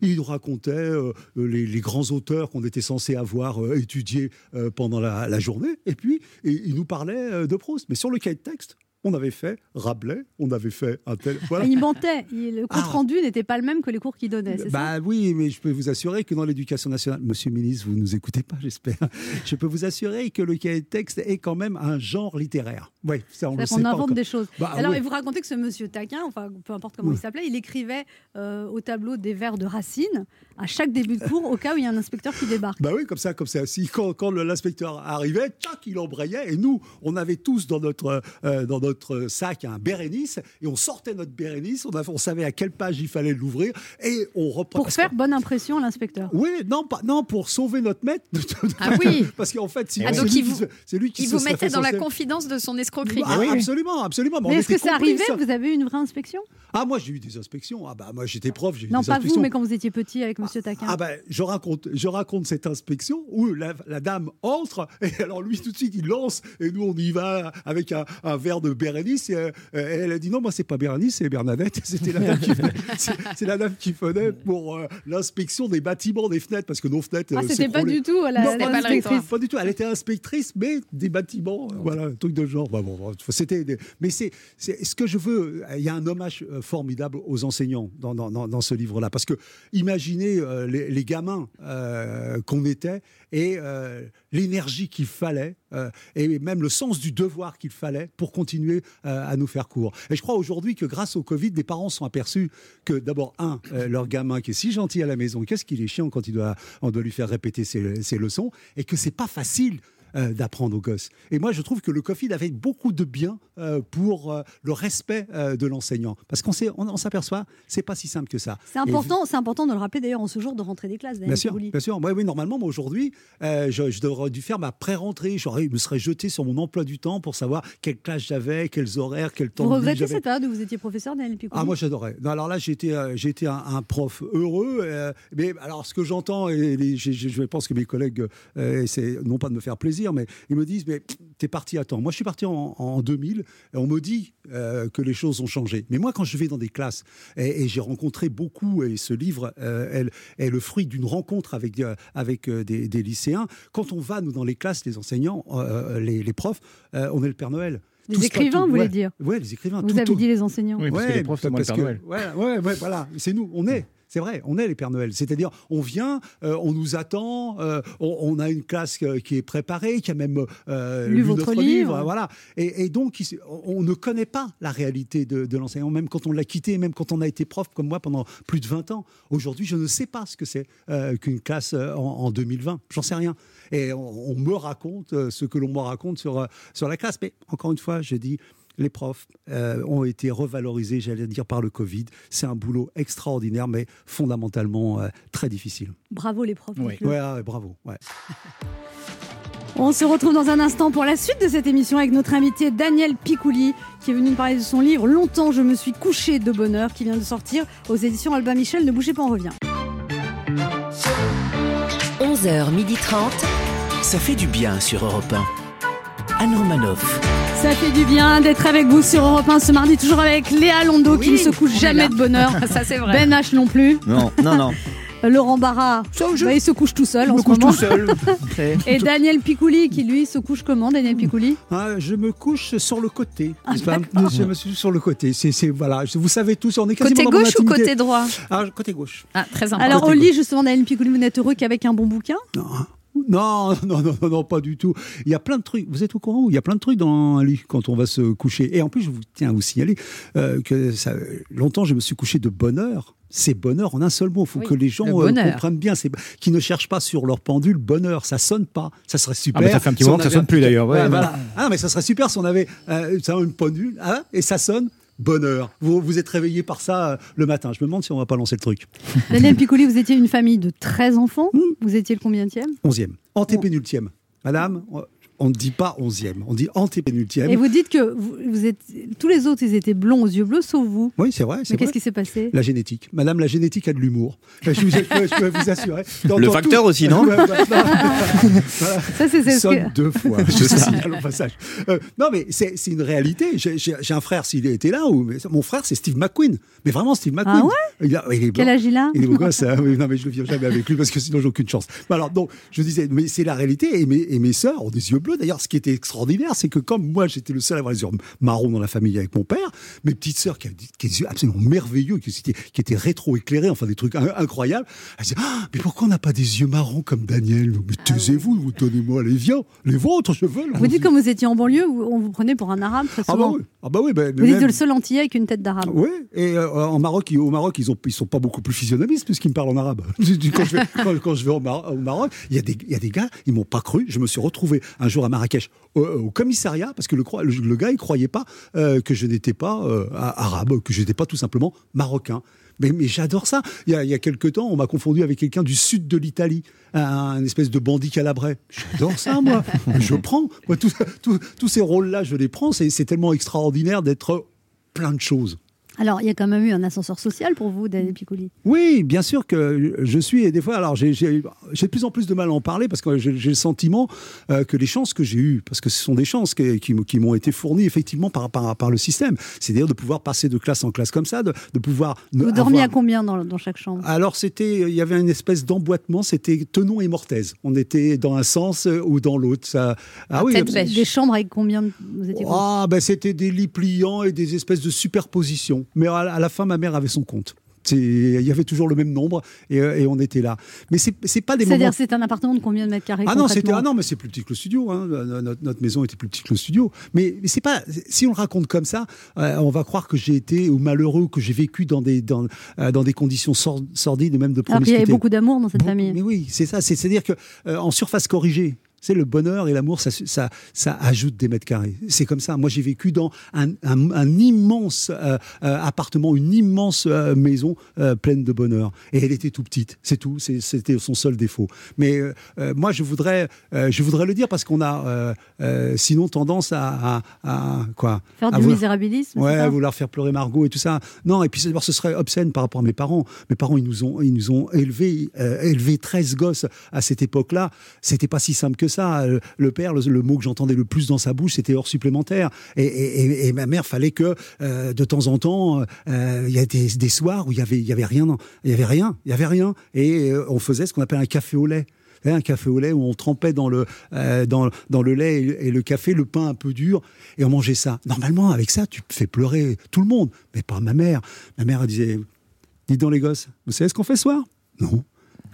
S12: il nous racontait euh, les, les grands auteurs qu'on était censé avoir euh, étudiés euh, pendant la, la journée, et puis et il nous parlait euh, de Proust. Mais sur le cahier de texte, on avait fait Rabelais, on avait fait un tel. Voilà.
S3: Et Il mentait. Il- le compte
S12: bah, Ah.
S3: rendu n'était pas le même que les cours qu'il donnait. c'est ça
S12: Bah oui, mais je peux vous assurer que dans l'éducation nationale, Monsieur le ministre, vous nous écoutez pas, [laughs] j'espère. Je peux vous assurer que le cahier de texte est quand même un genre littéraire. Oui, ça on le
S3: C'est-à-dire
S12: sait
S3: qu'on
S12: pas
S3: invente
S12: encore.
S3: des choses.
S12: Bah,
S3: Alors,
S12: ouais.
S3: et vous racontez que ce monsieur Taquin, enfin, peu importe comment
S12: Ouais.
S3: il s'appelait, il écrivait euh, au tableau des vers de Racine à chaque début de cours, au cas où il y a un inspecteur
S12: [laughs]
S3: qui débarque.
S12: Bah oui, comme ça, comme ça. Si, quand quand le- l'inspecteur arrivait, tchac, il embrayait. Et nous, on avait tous dans notre, euh, dans notre sac un Bérénice. Et on sortait notre Bérénice. On, avait- on savait à quelle page il fallait l'ouvrir. Et on reprenait.
S3: Pour faire bonne impression à l'inspecteur.
S12: Oui, non, pas, non, pour sauver notre maître. [laughs]
S6: Ah oui.
S12: Parce qu'en fait, si
S6: Ah,
S12: c'est
S6: donc
S12: lui
S6: il
S12: qui
S6: vous-
S12: se- c'est lui qui
S6: Il
S12: se
S6: vous
S12: serait
S6: mettait
S12: fait
S6: dans la
S12: sortir.
S6: confidence de son escroquerie.
S12: Ah, Absolument, absolument.
S3: Mais
S12: on
S3: est-ce que
S12: était
S3: ça arrivait
S12: complices.
S3: Vous avez eu une vraie inspection
S12: Ah, moi, j'ai eu des inspections. Ah, bah, moi, j'étais prof, j'ai eu
S3: Non,
S12: des
S3: pas
S12: inspections.
S3: vous, mais quand vous étiez petit avec monsieur Taquin.
S12: Ah ben, je raconte, je raconte cette inspection où la, la dame entre et [laughs] alors lui tout de suite il lance et nous on y va avec un, un verre de Bérénice et, euh, et elle a dit non moi c'est pas Bérénice c'est Bernadette [laughs] c'était la dame qui venait- c'est- c'est la dame qui venait pour euh, l'inspection des bâtiments des fenêtres parce que nos fenêtres
S3: Ah,
S12: euh,
S3: c'était pas
S12: s'écroulaient.
S3: du tout, euh, la-
S12: Non,
S3: la
S12: pas, du tout,
S3: inspectrice.
S12: pas du tout elle était inspectrice mais des bâtiments euh, voilà un truc de genre Bah bon, bon, c'était des- mais c'est c'est ce que je veux il y a un hommage euh, formidable aux enseignants dans, dans, dans, dans ce livre là parce que imaginez euh, les, les gamins euh, qu'on était et euh, l'énergie qu'il fallait euh, et même le sens du devoir qu'il fallait pour continuer euh, à nous faire cours. Et je crois aujourd'hui que grâce au Covid, des parents sont aperçus que d'abord, un, euh, leur gamin qui est si gentil à la maison, qu'est-ce qu'il est chiant quand il doit, on doit lui faire répéter ses, ses leçons, et que c'est pas facile euh, d'apprendre aux gosses. Et moi, je trouve que le Covid avait beaucoup de bien euh, pour euh, le respect euh, de l'enseignant. Parce qu'on s'est- on, on s'aperçoit, c'est pas si simple que ça.
S3: C'est
S12: Et
S3: important, c'est important de le rappeler d'ailleurs en ce jour de rentrée des classes.
S12: Bien
S3: Daniel
S12: sûr,
S3: Pibouli.
S12: bien sûr. Moi, oui, normalement, moi, aujourd'hui, euh, je, je devrais dû faire ma pré-rentrée. J'aurais, je me serais jeté sur mon emploi du temps pour savoir quelle classe j'avais, quels horaires, quel temps
S3: Vous
S12: de vie
S3: regrettez
S12: j'avais.
S3: cette période où vous étiez professeur, Daniel Picouli
S12: Ah, moi j'adorais. Non, alors là, j'ai été, euh, j'ai été un, un prof heureux. euh, mais alors, ce que j'entends, et les- j'ai- j'ai- je pense que mes collègues, euh, essaient non pas de me faire plaisir, mais ils me disent Mais pff, t'es parti à temps. Moi, je suis parti en, en 2000 et on me dit euh, que les choses ont changé. Mais moi, quand je vais dans des classes et, et j'ai rencontré beaucoup, et ce livre euh, elle- est le fruit d'une rencontre avec, euh, avec euh, des, des lycéens, quand on va, nous, dans les classes, les enseignants, euh, les, les profs, euh, on est le Père Noël.
S3: Les
S12: Tous pas-
S3: écrivains,
S12: tous-
S3: vous voulez
S12: ouais.
S3: dire
S12: Ouais, les écrivains.
S3: Vous
S12: tout-
S3: avez
S12: tout-
S3: dit les enseignants. Oui, parce que les
S12: Ouais,
S3: profs, c'est moi
S12: parce
S3: le Père
S12: que- Ouais, ouais, ouais, voilà. C'est nous, on est. C'est vrai, on est les Pères Noël. C'est-à-dire, on vient, euh, on nous attend, euh, on, on a une classe euh, qui est préparée, qui a même euh,
S3: Lu votre livre.
S12: Voilà. Et, et donc, il s- on, on ne connaît pas la réalité de, de l'enseignant, même quand on l'a quitté, même quand on a été prof comme moi pendant plus de 20 ans. Aujourd'hui, je ne sais pas ce que c'est euh, qu'une classe euh, en, en 2020. J'en sais rien. Et on, on me raconte euh, ce que l'on me raconte sur, euh, sur la classe. Mais encore une fois, je dis, les profs euh, ont été revalorisés, j'allais dire, par le Covid. C'est un boulot extraordinaire, mais fondamentalement euh, très difficile.
S3: Bravo les profs.
S12: Ouais,
S3: dites-le.
S12: ouais, bravo. ouais.
S3: On se retrouve dans un instant pour la suite de cette émission avec notre invité Daniel Picouli qui est venu nous parler de son livre Longtemps je me suis couché de bonheur qui vient de sortir aux éditions Albin Michel. Ne bougez pas, on revient.
S2: 11h30. Ça fait du bien sur Europe 1. Anne Romanoff.
S3: Ça fait du bien d'être avec vous sur Europe 1 ce mardi, [laughs] toujours avec Léa Londo qui ne se couche jamais de bonheur.
S6: Ça, c'est vrai.
S3: Ben H non plus.
S4: Non, non, non.
S3: Laurent Barra, bah, il se couche tout seul en ce
S12: couche
S3: moment.
S12: tout seul. C'est-
S3: Et Daniel Picouli, qui lui se couche comment, Daniel Picouli
S12: Ah, je me couche sur le côté.
S3: Ah,
S12: C'est pas- je me suis sur le côté. C'est, c'est- voilà, je- vous savez tous, on est quasiment
S3: Côté
S12: dans mon
S3: gauche ou
S12: intimité.
S3: côté droit
S12: Ah, côté gauche.
S6: Ah, très
S3: Alors, au lit, justement, Daniel Picouli, vous n'êtes heureux qu'avec un bon
S12: [laughs]
S3: bouquin
S12: hein. Non, non, non, non, non, pas du tout. Il y a plein de trucs. Vous êtes au courant Il y a plein de trucs dans un lit quand on va se coucher. Et en plus, je vous tiens à vous signaler euh, que ça, longtemps, je me suis couché de bonne heure. C'est bonheur en un seul mot. Il faut
S5: Oui,
S12: que les gens
S5: le
S12: euh,
S5: bonheur.
S12: comprennent bien. C'est qui ne cherchent pas sur leur pendule bonheur. Ça sonne pas. Ça serait super.
S5: Ah, mais ça fait un petit
S12: si
S5: moment
S12: on
S5: que ça
S12: avait un
S5: sonne plus,
S12: petit-
S5: d'ailleurs. Ouais,
S12: Ouais,
S5: ouais.
S12: voilà. Ah, mais ça serait super si on avait euh, ça, une pendule hein, et ça sonne bonheur. Vous vous êtes réveillé par ça euh, le matin. Je me demande si on va pas lancer le truc.
S3: Daniel Picouli, vous étiez une famille de 13 enfants. Vous étiez le combienième
S12: Onzième. Antépénultième.
S3: Oh.
S12: Madame, on- on ne dit pas onzième, on dit antépénultième.
S3: Et vous dites que vous, vous êtes, tous les autres, ils étaient blonds aux yeux bleus, sauf vous.
S12: Oui, c'est vrai.
S3: Mais
S12: c'est
S3: qu'est-ce
S12: vrai.
S3: qui s'est passé
S12: La génétique. Madame, la génétique a de
S3: [laughs]
S12: l'humour. Je, vous- je peux- je peux vous assurer.
S4: Le
S12: [laughs]
S4: facteur aussi, non
S12: Ouais, ouais,
S3: [laughs]
S12: ouais.
S3: Ça, c'est- c'est-
S12: Sonne deux
S3: [laughs]
S12: fois, je
S4: C'est ça.
S12: signale au passage. Euh, non, mais c'est c'est une réalité. J'ai- J'ai j'ai un frère, s'il était là, ou, mais mon frère, c'est Steve McQueen. Mais vraiment, Steve McQueen.
S3: Ah ouais
S12: il a- il est
S3: Quel
S12: blanc.
S3: âge il a
S12: Il est beau gosse, hein. Oui, non, mais je ne viens jamais avec lui parce que sinon, j'ai aucune chance. Mais Alors, donc, je disais, mais c'est la réalité. Et mes, et mes sœurs ont des yeux bleus. D'ailleurs, ce qui était extraordinaire, c'est que comme moi, j'étais le seul à avoir les yeux marrons dans la famille avec mon père, mes petites sœurs qui avaient des- qui avaient des yeux absolument merveilleux, qui étaient, qui étaient rétro-éclairés, enfin des trucs in- incroyables, elles disaient, Ah, mais pourquoi on n'a pas des yeux marrons comme Daniel Mais taisez-vous, vous donnez-moi les viens, les vôtres, je veux.
S3: [laughs] Ah Vous dites comme vous étiez en banlieue, vous- on vous prenait pour un arabe très
S12: Ah bah
S3: souvent.
S12: oui, ah bah oui bah,
S3: Vous êtes
S12: même-
S3: le seul antillais avec une tête d'arabe.
S12: oui, et euh, en Maroc, ils- au Maroc, ils ont, ils sont pas beaucoup plus physionomistes puisqu'ils me parlent en arabe. [laughs] Du- du- Quand je vais, quand- quand je vais au, Mar- au Maroc, il y, a des- il y a des gars, ils m'ont pas cru. Je me suis retrouvé un jour à Marrakech au, euh, au commissariat parce que le, cro- le, le gars, il croyait pas euh, que je n'étais pas euh, a- arabe, que je n'étais pas tout simplement marocain. Mais, mais j'adore ça. Il y, a, il y a quelques temps, on m'a confondu avec quelqu'un du sud de l'Italie, un, un espèce de bandit calabrais. J'adore ça, moi. Je prends. Moi, tout- tout- tous ces rôles-là, je les prends. C'est c'est tellement extraordinaire d'être plein de choses.
S3: Alors, il y a quand même eu un ascenseur social pour vous, Daniel Picouli.
S12: Oui, bien sûr que je suis, et des fois, alors j'ai j'ai- j'ai de plus en plus de mal à en parler parce que j'ai j'ai le sentiment euh, que les chances que j'ai eues, parce que ce sont des chances que- qui, m- qui m'ont été fournies effectivement par, par, par le système, c'est-à-dire de pouvoir passer de classe en classe comme ça, de, de pouvoir. ne
S3: Vous dormiez
S12: avoir-
S3: à combien dans, dans chaque chambre
S12: alors c'était, il y avait une espèce d'emboîtement, c'était Tenon et Mortaise. On était dans un sens euh, ou dans l'autre. Ça... Ah
S3: Des chambres avec combien de- vous étiez
S12: Ah, ben c'était des lits pliants et des espèces de superpositions. Mais à, à la fin, ma mère avait son compte. C'est- Il y avait toujours le même nombre et, euh, et on était là. Mais c'est c'est pas des moments.
S3: C'est-à-dire, c'est un appartement de combien de mètres carrés
S12: Ah non, c'était
S3: concrètement
S12: ah non, mais c'est plus petit que le studio. hein. Notre, notre maison était plus petite que le studio. Mais, mais c'est pas. Si on le raconte comme ça, euh, on va croire que j'ai été ou malheureux ou que j'ai vécu dans des dans, euh, dans des conditions sor- sordides et même de
S3: Alors qu'il
S12: promiscuité.
S3: y avait beaucoup d'amour dans cette famille.
S12: Mais oui, c'est ça. c'est- C'est-à-dire que euh, en surface corrigée, c'est le bonheur et l'amour, ça, ça, ça ajoute des mètres carrés. C'est comme ça. Moi, j'ai vécu dans un, un- un immense euh, euh, appartement, une immense euh, maison euh, pleine de bonheur. Et elle était tout petite, c'est tout. C'est- C'était son seul défaut. Mais euh, euh, moi, je voudrais, euh, je voudrais le dire parce qu'on a euh, euh, sinon tendance à, à- à- quoi
S3: Faire
S12: à
S3: du
S12: vouloir-
S3: misérabilisme
S12: Ouais,
S3: c'est ça
S12: vouloir faire pleurer Margot et tout ça. Non, et puis d'abord, ce serait obscène par rapport à mes parents. Mes parents, ils nous ont, ils nous ont élevés, euh, élevés 13 gosses à cette époque-là. C'était pas si simple que ça. Euh, Le père, le, le mot que j'entendais le plus dans sa bouche, c'était hors supplémentaire. Et, et- et- et ma mère, fallait que euh, de temps en temps, euh, il y a des, des soirs où il y avait, il y avait rien, dans- il y avait rien, il y avait rien. Et euh, on faisait ce qu'on appelle un café au lait. Vous savez, Hein, un café au lait où on trempait dans le, euh, dans, dans le lait et, et le café, le pain un peu dur, et on mangeait ça. Normalement, avec ça, tu fais pleurer tout le monde, mais pas ma mère. Ma mère elle disait Dites donc, les gosses, vous savez ce qu'on fait ce soir Non.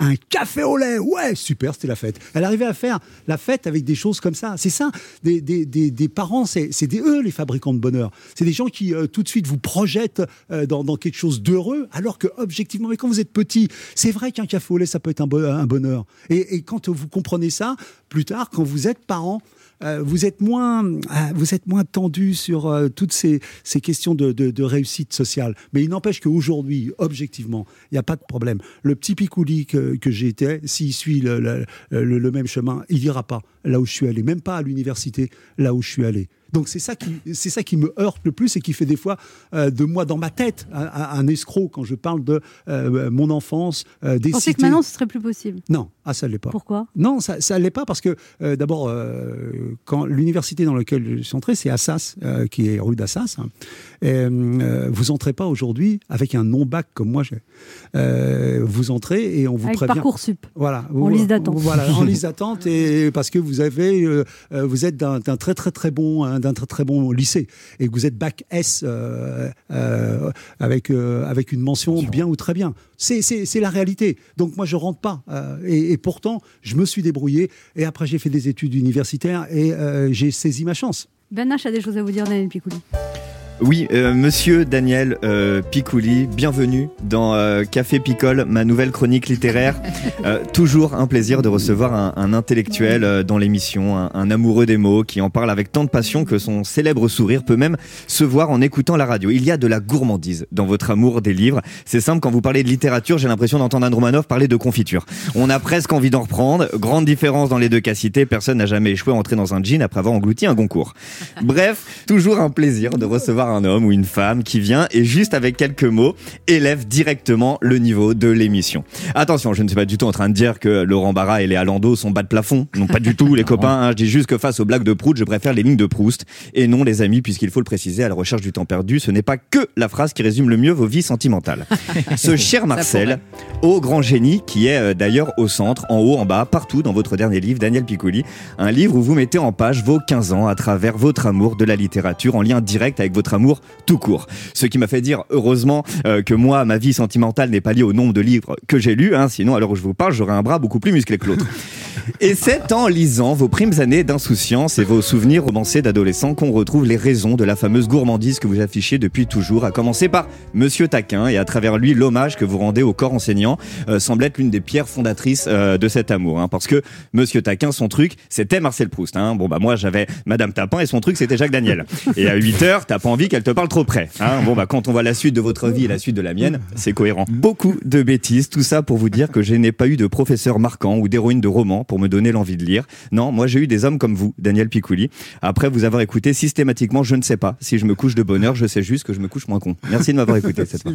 S12: Un café au lait, ouais, super, c'était la fête. Elle arrivait à faire la fête avec des choses comme ça. C'est ça, des, des, des, des parents, c'est c'est des eux les fabricants de bonheur. C'est des gens qui euh, tout de suite vous projettent euh, dans, dans quelque chose d'heureux, alors que objectivement, mais quand vous êtes petit, c'est vrai qu'un café au lait, ça peut être un, bo- un bonheur. Et, et quand vous comprenez ça, plus tard, quand vous êtes parent, euh, vous êtes moins, euh, vous êtes moins tendu sur euh, toutes ces, ces questions de, de- de réussite sociale. Mais il n'empêche qu'aujourd'hui, objectivement, il n'y a pas de problème. Le petit picouli que, que j'étais, s'il suit le, le- le- le même chemin, il n'ira pas là où je suis allé, même pas à l'université, là où je suis allé. Donc c'est ça qui c'est ça qui me heurte le plus et qui fait des fois euh, de moi dans ma tête un, un- un escroc quand je parle de euh, mon enfance, euh, des
S3: Vous pensez que
S12: cités.
S3: maintenant, ce serait plus possible
S12: Non, Ah, ça ne l'est pas.
S3: Pourquoi
S12: Non, ça ne l'est pas parce que, euh, d'abord, euh, quand l'université dans laquelle je suis entré, c'est Assas, euh, qui est rue d'Assas. hein. Et, euh, vous entrez pas aujourd'hui avec un non-bac comme moi j'ai. Euh, vous entrez et on vous
S3: Avec
S12: prévient.
S3: Parcoursup.
S12: Voilà.
S3: En liste d'attente.
S12: Voilà,
S3: [laughs]
S12: en liste d'attente et parce que vous avez, euh, euh, vous êtes d'un d'un très très très bon, hein, d'un très très bon lycée et que vous êtes bac S euh, euh, avec euh, avec une mention bien ou très bien. C'est c'est c'est la réalité. Donc moi je rentre pas euh, et, et pourtant je me suis débrouillé et après j'ai fait des études universitaires et euh, j'ai saisi ma chance.
S3: Ben H a des choses à vous dire, Daniel Picouli.
S4: Oui, euh, monsieur Daniel euh, Picouli, bienvenue dans euh, Café Picole, ma nouvelle chronique littéraire. Euh, toujours un plaisir de recevoir un, un intellectuel euh, dans l'émission, un, un amoureux des mots qui en parle avec tant de passion que son célèbre sourire peut même se voir en écoutant la radio. Il y a de la gourmandise dans votre amour des livres. C'est simple, quand vous parlez de littérature, j'ai l'impression d'entendre Anne Romanov parler de confiture. On a presque envie d'en reprendre. Grande différence dans les deux cas cités, personne n'a jamais échoué à entrer dans un jean après avoir englouti un concours. Bref, toujours un plaisir de recevoir un homme ou une femme qui vient et juste avec quelques mots élève directement le niveau de l'émission. Attention, je ne suis pas du tout en train de dire que Laurent Barra et Léa Landau sont bas de plafond. Non, pas du tout, les copains. hein. je dis juste que face aux blagues de Prout, je préfère les lignes de Proust et non les amis, puisqu'il faut le préciser, à la recherche du temps perdu, ce n'est pas que la phrase qui résume le mieux vos vies sentimentales. Ce cher Marcel, au grand génie, qui est euh, d'ailleurs au centre, en haut, en bas, partout dans votre dernier livre, Daniel Piccoli, un livre où vous mettez en page vos 15 ans à travers votre amour de la littérature en lien direct avec votre amour tout court. Ce qui m'a fait dire, heureusement, euh, que moi, ma vie sentimentale n'est pas liée au nombre de livres que j'ai lus, hein, sinon, à l'heure où je vous parle, j'aurais un bras beaucoup plus musclé que l'autre. Et c'est en lisant vos primes années d'insouciance et vos souvenirs romancés d'adolescents qu'on retrouve les raisons de la fameuse gourmandise que vous affichez depuis toujours, à commencer par Monsieur Taquin et à travers lui l'hommage que vous rendez au corps enseignant euh, semble être l'une des pierres fondatrices euh, de cet amour. hein, parce que Monsieur Taquin, son truc, c'était Marcel Proust. hein. Bon, bah moi j'avais Madame Tapin et son truc, c'était Jacques Daniel. Et à 8 heures, t'as pas envie qu'elle te parle trop près. hein. Bon, bah quand on voit la suite de votre vie et la suite de la mienne, c'est cohérent. Beaucoup de bêtises, tout ça pour vous dire que je n'ai pas eu de professeur marquant ou d'héroïne de roman pour me donner l'envie de lire. Non, moi j'ai eu des hommes comme vous, Daniel Picouli. Après vous avoir écouté systématiquement, je ne sais pas si je me couche de bonne heure, je sais juste que je me couche moins con. Merci de [laughs] m'avoir écouté
S12: [laughs]
S4: cette fois.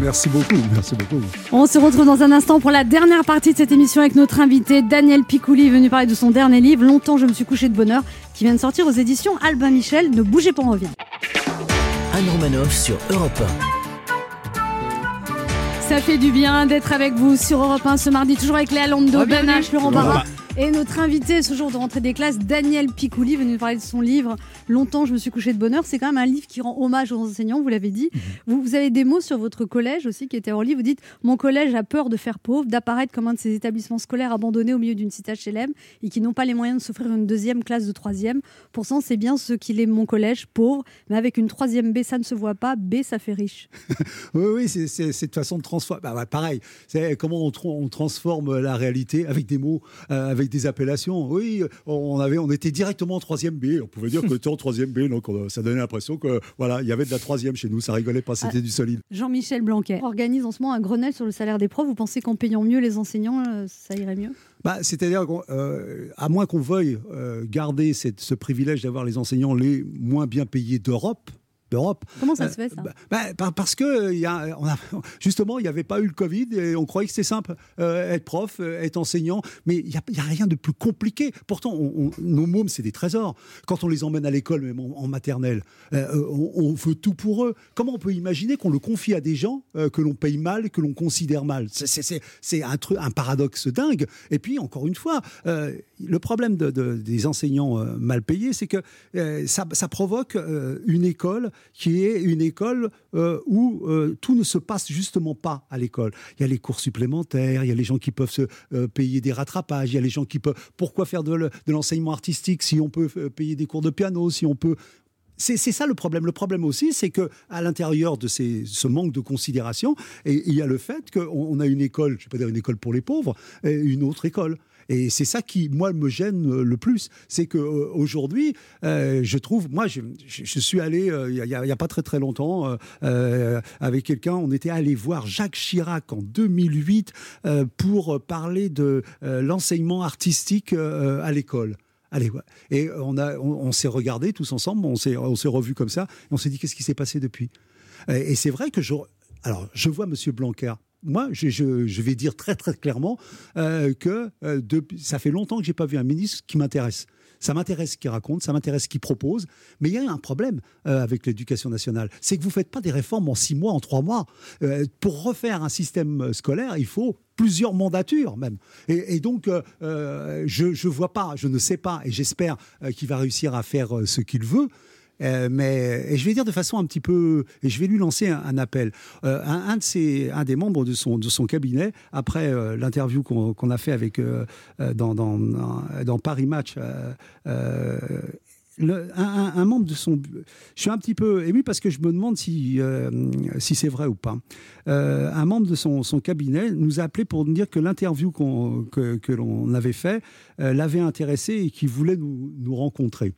S12: Merci beaucoup, merci beaucoup.
S3: On se retrouve dans un instant pour la dernière partie de cette émission avec notre invité Daniel Picouli, venu parler de son dernier livre, Longtemps je me suis couché de bonheur, qui vient de sortir aux éditions Albin Michel. Ne bougez pas, on revient.
S2: Anne Romanoff sur Europe
S3: Ça fait du bien d'être avec vous sur Europe 1 ce mardi, toujours avec Léa Lando, Ben H, Laurent
S2: Laurent
S3: Barra.
S2: Barra.
S3: Et notre invité ce jour de rentrée des classes, Daniel Picouli, venu nous parler de son livre Longtemps je me suis couché de bonheur. C'est quand même un livre qui rend hommage aux enseignants, vous l'avez dit. Vous, vous avez des mots sur votre collège aussi qui était hors livre. Vous dites Mon collège a peur de faire pauvre, d'apparaître comme un de ces établissements scolaires abandonnés au milieu d'une cité HLM et qui n'ont pas les moyens de s'offrir une deuxième classe de troisième. Pour ça, c'est bien ce qu'il est mon collège, pauvre, mais avec une troisième B, ça ne se voit pas. B, ça fait riche.
S12: Oui, oui, c'est- c'est cette façon de transformer. Bah, bah, pareil, c'est comment on, tr- on transforme la réalité avec des mots, euh, avec des appellations. Oui, on avait, on était directement en troisième B. On pouvait dire que était en troisième B, donc euh, ça donnait l'impression que voilà, il y avait de la troisième chez nous. Ça rigolait pas, c'était
S3: Ah.
S12: du solide.
S3: Jean-Michel Blanquer organise en ce moment un Grenelle sur le salaire des profs. Vous pensez qu'en payant mieux les enseignants, euh, ça irait mieux
S12: Bah, C'est-à-dire qu'à moins qu'on veuille euh, garder cette- ce privilège d'avoir les enseignants les moins bien payés d'Europe, d'Europe.
S3: Comment ça
S12: euh,
S3: se fait ça
S12: bah, bah, par- Parce que euh, il y a, on a- [laughs] justement, il n'y avait pas eu le Covid et on croyait que c'était simple, euh, être prof, euh, être enseignant, mais il n'y a, il y a rien de plus compliqué. Pourtant, on- on- nos mômes, c'est des trésors. Quand on les emmène à l'école, même en, en maternelle, euh, on, on veut tout pour eux. Comment on peut imaginer qu'on le confie à des gens euh, que l'on paye mal, que l'on considère mal C'est- c'est- C'est c'est un, truc- un paradoxe dingue. Et puis, encore une fois, euh, le problème de- de- des enseignants euh, mal payés, c'est que euh, ça, ça provoque euh, une école qui est une école euh, où euh, tout ne se passe justement pas à l'école. Il y a les cours supplémentaires, il y a les gens qui peuvent se euh, payer des rattrapages, il y a les gens qui peuvent. Pourquoi faire de le- de l'enseignement artistique si on peut euh, payer des cours de piano, si on peut c'est c'est ça le problème. Le problème aussi, c'est que à l'intérieur de ces- ce manque de considération, et- il y a le fait qu'on on a une école, je ne vais pas dire une école pour les pauvres, et une autre école. Et c'est ça qui, moi, me gêne euh, le plus. C'est qu'aujourd'hui, euh, je trouve, moi, je, je- je suis allé, euh, il n'y a, il y a pas très très longtemps, euh, euh, avec quelqu'un, on était allé voir Jacques Chirac en 2008 euh, pour parler de euh, l'enseignement artistique euh, à l'école. Allez, ouais. Et euh, on, a, on, on s'est regardés tous ensemble, on s'est, on s'est revus comme ça, et on s'est dit qu'est-ce qui s'est passé depuis. Et, et c'est vrai que je. Alors, je vois Monsieur Blanquer moi, je, je- je vais dire très très clairement euh, que euh, depuis- ça fait longtemps que j'ai pas vu un ministre qui m'intéresse. Ça m'intéresse ce qu'il raconte, ça m'intéresse ce qu'il propose, mais il y a un problème euh, avec l'éducation nationale, c'est que vous faites pas des réformes en six mois, en trois mois. Euh, pour refaire un système euh, scolaire, il faut plusieurs mandatures même. Et, et donc, euh, euh, je ne vois pas, je ne sais pas, et j'espère euh, qu'il va réussir à faire euh, ce qu'il veut. Euh, mais et je vais dire de façon un petit peu, et je vais lui lancer un, un appel. Euh, un, un de ses, un des membres de son, de son cabinet, après euh, l'interview qu'on qu'on a fait avec euh, euh, dans, dans, dans Paris Match, euh, euh, le- un, un- un membre de son, je suis un petit peu ému parce que je me demande si euh, si c'est vrai ou pas. Euh, un membre de son, son cabinet nous a appelé pour nous dire que l'interview qu'on- que, que l'on avait fait euh, l'avait intéressé et qu'il voulait nous, nous rencontrer.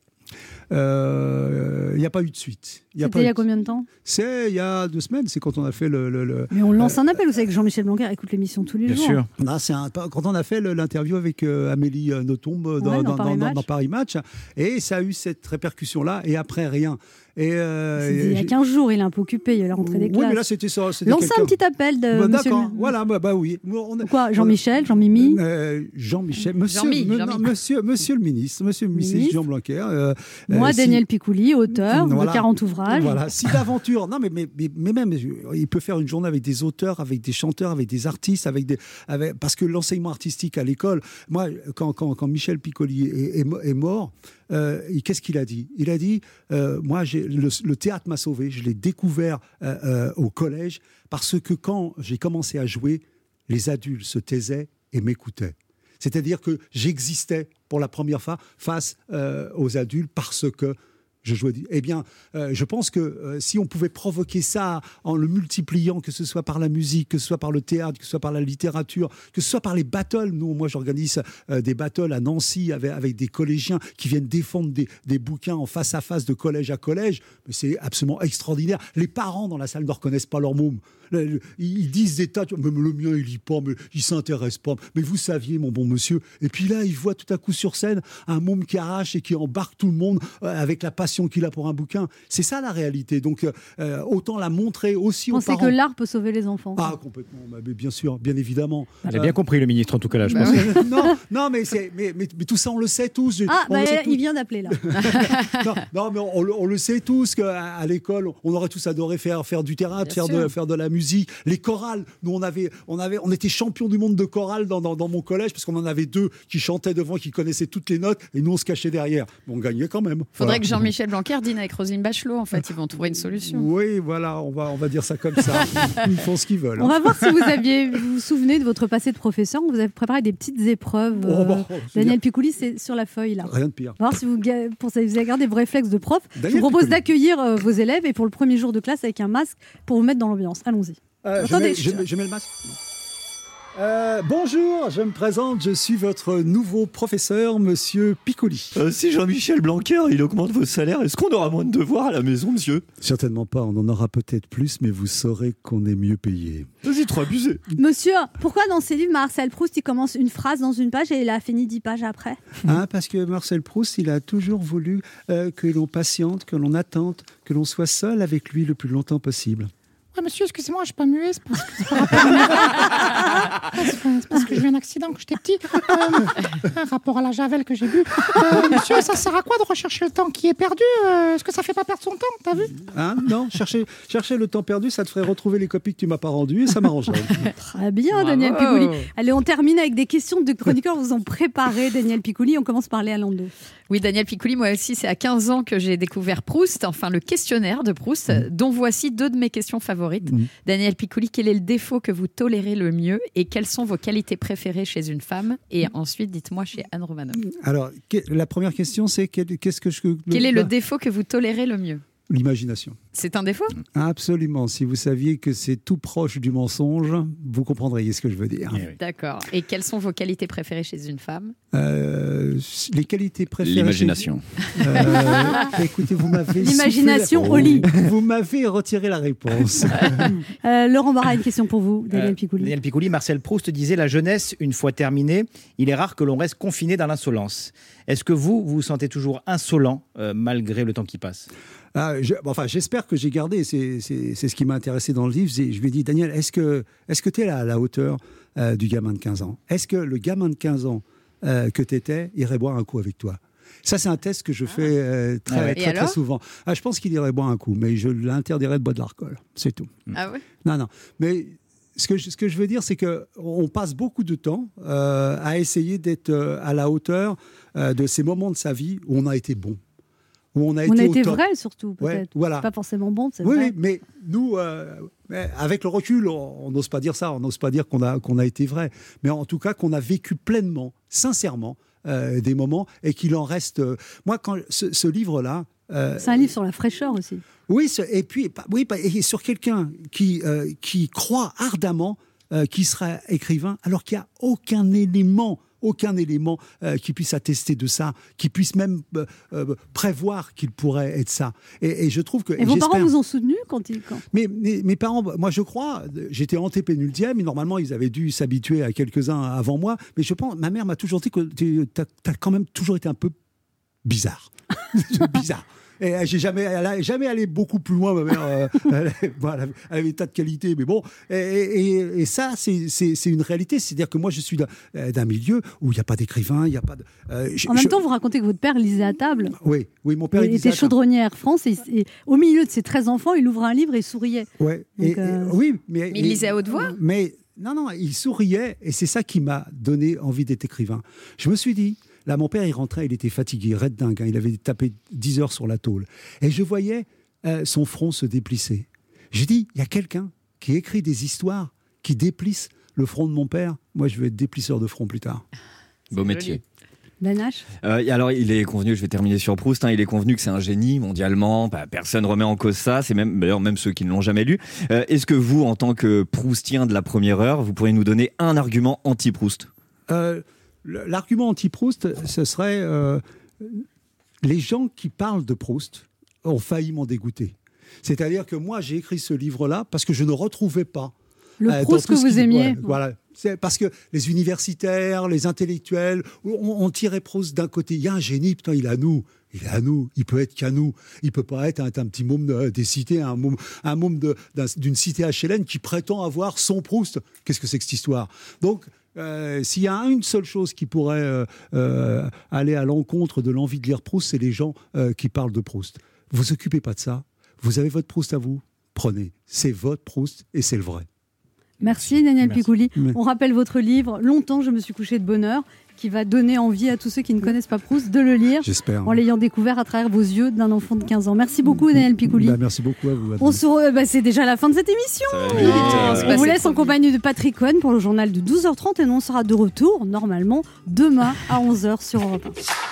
S12: Euh, Il n'y a pas eu de suite. Il y a pas
S3: C'était il y
S12: eu
S3: a
S12: de-
S3: combien de temps
S12: c'est il y a deux semaines, c'est quand on a fait le. le- le-
S3: Mais on lance un appel, vous savez que Jean-Michel Blanquer écoute l'émission tous les jours.
S12: Non, Ah, c'est un- quand on a fait le- l'interview avec euh, Amélie euh, Nothomb euh, dans,
S3: Ouais, dans
S12: dans-
S3: Paris
S12: dans- dans-
S3: Match.
S12: dans Paris Match. Et ça a eu cette répercussion-là, et après rien. Et, euh,
S3: C'était Il y a
S12: j'ai-
S3: 15 jours, il est un peu occupé, il y a la rentrée des
S12: Oui,
S3: classes.
S12: mais là, c'était ça. c'était
S3: Lancez un
S12: quelqu'un-
S3: petit appel de
S12: Bah,
S3: euh, monsieur
S12: D'accord,
S3: le-
S12: voilà, bah, bah oui.
S3: Quoi, Jean-Michel, Jean-Mimi
S12: Euh, Jean-Michel, monsieur,
S3: Jean-Mi,
S12: me-
S3: Jean-Mi.
S12: non, monsieur, monsieur le ministre, monsieur le ministre
S3: Ministre.
S12: Jean Blanquer. euh,
S3: Moi,
S12: euh, si-
S3: Daniel Picouli, auteur
S12: Voilà.
S3: de 40 ouvrages.
S12: Voilà, si d'aventure, non mais, mais, mais, mais même, je- il peut faire une journée avec des auteurs, avec des chanteurs, avec des artistes, avec des, avec, parce que l'enseignement artistique à l'école, moi, quand, quand, quand Michel Piccoli est, est mo- est mort, euh, il- qu'est-ce qu'il a dit Il a dit, euh, moi, j'ai- le, le théâtre m'a sauvé, je l'ai découvert euh, euh, au collège, parce que quand j'ai commencé à jouer, les adultes se taisaient et m'écoutaient. C'est-à-dire que j'existais pour la première fois face euh, aux adultes parce que je jouais. du- Eh bien, euh, je pense que euh, si on pouvait provoquer ça en le multipliant, que ce soit par la musique, que ce soit par le théâtre, que ce soit par la littérature, que ce soit par les battles. Nous, moi, j'organise euh, des battles à Nancy avec, avec des collégiens qui viennent défendre des, des bouquins en face à face de collège à collège. Mais c'est absolument extraordinaire. Les parents dans la salle ne reconnaissent pas leur môme. Le- le- Ils disent des tas, de- mais le mien, il lit pas, mais il s'intéresse pas. Mais vous saviez, mon bon monsieur. Et puis là, il voit tout à coup sur scène un môme qui arrache et qui embarque tout le monde euh, avec la passion qu'il a pour un bouquin. C'est ça la réalité. Donc, euh, euh, autant la montrer aussi
S3: Vous
S12: aux
S3: pensez
S12: parents.
S3: que l'art peut sauver les enfants
S12: Ah, complètement, bah, mais bien sûr, bien évidemment. Euh, bah
S5: Elle a bien compris le ministre en tout cas là, je pense.
S12: [laughs] non, non, mais, c'est- mais, mais, mais tout ça, on le sait tous.
S3: Ah,
S12: On
S3: bah,
S12: le sait tous.
S3: il vient d'appeler là.
S12: non, non, mais on, le- on le sait tous qu'à à l'école, on aurait tous adoré faire, faire du théâtre,
S5: Bien
S12: faire de,
S5: sûr.
S12: faire de la musique. Les chorales, nous, on, avait, on, avait, on était champion du monde de chorale dans, dans, dans mon collège, parce qu'on en avait deux qui chantaient devant, qui connaissaient toutes les notes, et nous, on se cachait derrière. Mais on gagnait quand même.
S6: Faudrait
S12: Voilà.
S6: que Jean-Michel Blanquer dîne avec Roselyne Bachelot, en fait. Ils vont trouver une solution.
S12: Oui, voilà, on va, on va dire ça comme ça. Ils font ce qu'ils veulent.
S3: On va voir
S12: [laughs]
S3: si vous aviez, vous vous souvenez de votre passé de professeur. On vous avez préparé des petites épreuves.
S12: Oh,
S3: euh,
S12: bah, oh, c'est bien.
S3: Daniel Picouli, c'est sur la feuille là.
S12: Rien de pire.
S3: On va voir si vous, ga- pour ça, vous avez gardé vos réflexes de prof. je
S12: Daniel
S3: vous propose
S12: Picouli.
S3: d'accueillir euh, vos élèves et pour le premier jour de classe avec un masque pour vous mettre dans l'ambiance. Allons-y.
S12: Euh, je, mets, je mets- je mets le masque. Euh, bonjour, je me présente, je suis votre nouveau professeur, monsieur Piccoli.
S4: Euh, si Jean-Michel Blanquer, il augmente vos salaires, est-ce qu'on aura moins de devoirs à la maison, monsieur
S12: Certainement pas, on en aura peut-être plus, mais vous saurez qu'on est mieux payé.
S4: Vas-y, trop abusé.
S3: Monsieur, pourquoi dans ses livres, Marcel Proust, il commence une phrase dans une page et il a fini dix pages après
S12: [laughs] Hein, parce que Marcel Proust, il a toujours voulu euh, que l'on patiente, que l'on attende, que l'on soit seul avec lui le plus longtemps possible.
S13: Ouais, monsieur, excusez-moi, je suis pas muet, c'est parce que c'est par rapport à mon- c'est pas- c'est parce que j'ai eu un accident quand j'étais petit. Euh, un rapport à la javel que j'ai bu. Euh, monsieur, ça sert à quoi de rechercher le temps qui est perdu Euh, Est-ce que ça fait pas perdre son temps T'as vu
S12: Hein non, chercher, chercher le temps perdu, ça te ferait retrouver les copies que tu m'as pas rendues et ça m'arrangerait.
S4: [laughs]
S3: Très Ah, bien, Daniel Picouli. Allez, on termine avec des questions de chroniqueurs. Vous en préparez, Daniel Picouli. On commence par Léa Lando.
S6: Oui, Daniel Picouli, moi aussi, c'est à 15 ans que j'ai découvert Proust, enfin le questionnaire de Proust,
S5: Mm.
S6: dont voici deux de mes questions favorites.
S14: Mhm.
S6: Daniel Picouli, quel est le défaut que vous tolérez le mieux et quelles sont vos qualités préférées chez une femme
S5: Mm.
S6: Et ensuite, dites-moi chez Anne Romanoff.
S5: Ah,
S12: Alors, que- la première question, c'est quel- qu'est-ce que je. Bah,
S6: Quel est
S5: bah.
S6: le défaut que vous tolérez le mieux
S12: L'imagination.
S6: C'est un défaut
S5: Mm.
S12: Absolument. Si vous saviez que c'est tout proche du mensonge, vous comprendriez ce que je veux dire.
S6: D'accord. Et quelles sont vos qualités préférées chez une femme
S12: Euh, les qualités préférées.
S15: L'imagination.
S12: Euh, écoutez, vous m'avez.
S3: L'imagination
S12: soufflé-
S3: au lit.
S12: Vous m'avez retiré la réponse.
S3: [laughs] Euh, Laurent Barra, une question pour vous, Daniel
S5: Euh,
S3: Picouli.
S5: Daniel Picouli, Marcel Proust disait La jeunesse, une fois terminée, il est rare que l'on reste confiné dans l'insolence. Est-ce que vous, vous vous sentez toujours insolent euh, malgré le temps qui passe
S12: Ah, je- bon, enfin, j'espère que j'ai gardé. C'est c'est- c'est ce qui m'a intéressé dans le livre. C'est- Je lui ai dit, Daniel, est-ce que est-ce que tu es là à la hauteur euh, du gamin de 15 ans Est-ce que le gamin de 15 ans euh, que tu étais irait boire un coup avec toi ça, c'est un test que je fais euh,
S14: Ah
S12: très,
S14: ouais. Et
S12: très, très
S14: alors
S12: souvent. Ah, je pense qu'il irait boire un coup, mais je l'interdirais de boire de l'alcool. C'est tout.
S6: Ah ouais
S12: Non, non. Mais ce que je, ce que je veux dire, c'est que on passe beaucoup de temps euh, à essayer d'être euh, à la hauteur euh, de ces moments de sa vie où on a été bon, où on a
S3: On
S12: été,
S3: a
S12: au
S3: été
S12: top.
S3: vrai surtout, peut-être.
S12: Ouais, voilà.
S3: Pas forcément bon, c'est
S12: Oui,
S3: vrai.
S12: oui, mais nous, euh, mais avec le recul, on on n'ose pas dire ça, on n'ose pas dire qu'on a, qu'on a été vrai, mais en tout cas qu'on a vécu pleinement, sincèrement, euh, des moments et qu'il en reste. euh, moi, quand ce, ce livre-là. euh,
S3: C'est un livre sur la fraîcheur aussi.
S12: oui, ce- et puis pa- oui, pa- et sur quelqu'un qui, euh, qui croit ardemment euh, qu'il sera écrivain, alors qu'il n'y a aucun élément, aucun élément euh, qui puisse attester de ça, qui puisse même euh, euh, prévoir qu'il pourrait être ça. Et, et je trouve que
S3: Et vos parents
S12: j'espère-
S3: vous ont soutenu quand ils. Quand...
S12: mais, mais- mes parents, moi je crois, euh, j'étais antépénultième, et normalement ils avaient dû s'habituer à quelques-uns avant moi, mais je pense, ma mère m'a toujours dit que tu as, quand même toujours été un peu bizarre. [laughs] bizarre. Et euh, j'ai jamais, elle a jamais allé beaucoup plus loin, ma mère.
S3: [laughs]
S12: euh, elle, bon, elle avait, elle avait des tas de qualités, mais bon. Et, et- et ça, c'est- c'est c'est une réalité. C'est-à-dire que moi, je suis d'un euh, d'un milieu où il n'y a pas d'écrivain, il n'y a pas de. euh, je-
S3: En même
S12: je-
S3: temps, vous racontez que votre père lisait à table.
S12: oui, oui, mon père
S3: il
S12: disait
S3: était
S12: à table.
S3: chaudronnière France et, et au milieu de ses 13 enfants, il ouvrait un livre et il souriait.
S12: Ouais, et-
S3: Donc,
S12: et-
S3: euh,
S12: oui, mais,
S3: Mais il lisait à haute voix
S12: Mais non, non, il souriait et c'est ça qui m'a donné envie d'être écrivain. Je me suis dit, là, mon père, il rentrait, il était fatigué, red dingue, hein, il avait tapé 10 heures sur la tôle. Et je voyais euh, son front se déplisser. J'ai dit, il y a quelqu'un qui écrit des histoires qui déplissent le front de mon père. Moi, je veux être déplisseur de front plus tard.
S4: Beau métier.
S3: Ben H,
S4: Euh, et alors, il est convenu, je vais terminer sur Proust, hein, il est convenu que c'est un génie mondialement, bah, personne remet en cause ça, c'est même, d'ailleurs, même ceux qui ne l'ont jamais lu. Euh, Est-ce que vous, en tant que Proustien de la première heure, vous pourriez nous donner un argument anti-Proust
S12: Euh, le- L'argument anti-Proust, ce serait euh, les gens qui parlent de Proust ont failli m'en dégoûter. C'est-à-dire que moi, j'ai écrit ce livre-là parce que je ne retrouvais pas.
S3: Le
S12: Euh, dans
S3: Proust
S12: tout
S3: que
S12: ce
S3: vous
S12: qu'il-
S3: aimiez.
S12: ouais, Voilà. C'est parce que les universitaires, les intellectuels, on, on tirait Proust d'un côté. Il y a un génie, putain, il est à nous. Il est à nous. Il peut être qu'à nous. Il peut pas être un, un petit môme de- des cités, un môme, un môme de- d'un- d'une cité HLN qui prétend avoir son Proust. Qu'est-ce que c'est que cette histoire Donc, euh, s'il y a une seule chose qui pourrait euh, euh, aller à l'encontre de l'envie de lire Proust, c'est les gens euh, qui parlent de Proust. Vous occupez pas de ça. Vous avez votre Proust à vous. Prenez. C'est votre Proust et c'est le vrai.
S3: Merci Daniel
S12: Merci.
S3: Picouli.
S12: Oui.
S3: On rappelle votre livre, Longtemps je me suis couché de bonheur, qui va donner envie à tous ceux qui ne connaissent pas Proust de le lire
S12: J'espère.
S3: en l'ayant découvert à travers vos yeux d'un enfant de 15 ans. Merci beaucoup Daniel Picouli.
S12: Bah, merci beaucoup à vous. Adam.
S3: On se re- bah, c'est déjà la fin de cette émission.
S12: Ça va vite, euh,
S3: On vous laisse en compagnie de Patrick Cohen pour le journal de 12h30 et nous on sera de retour normalement demain à 11h sur Europe 1.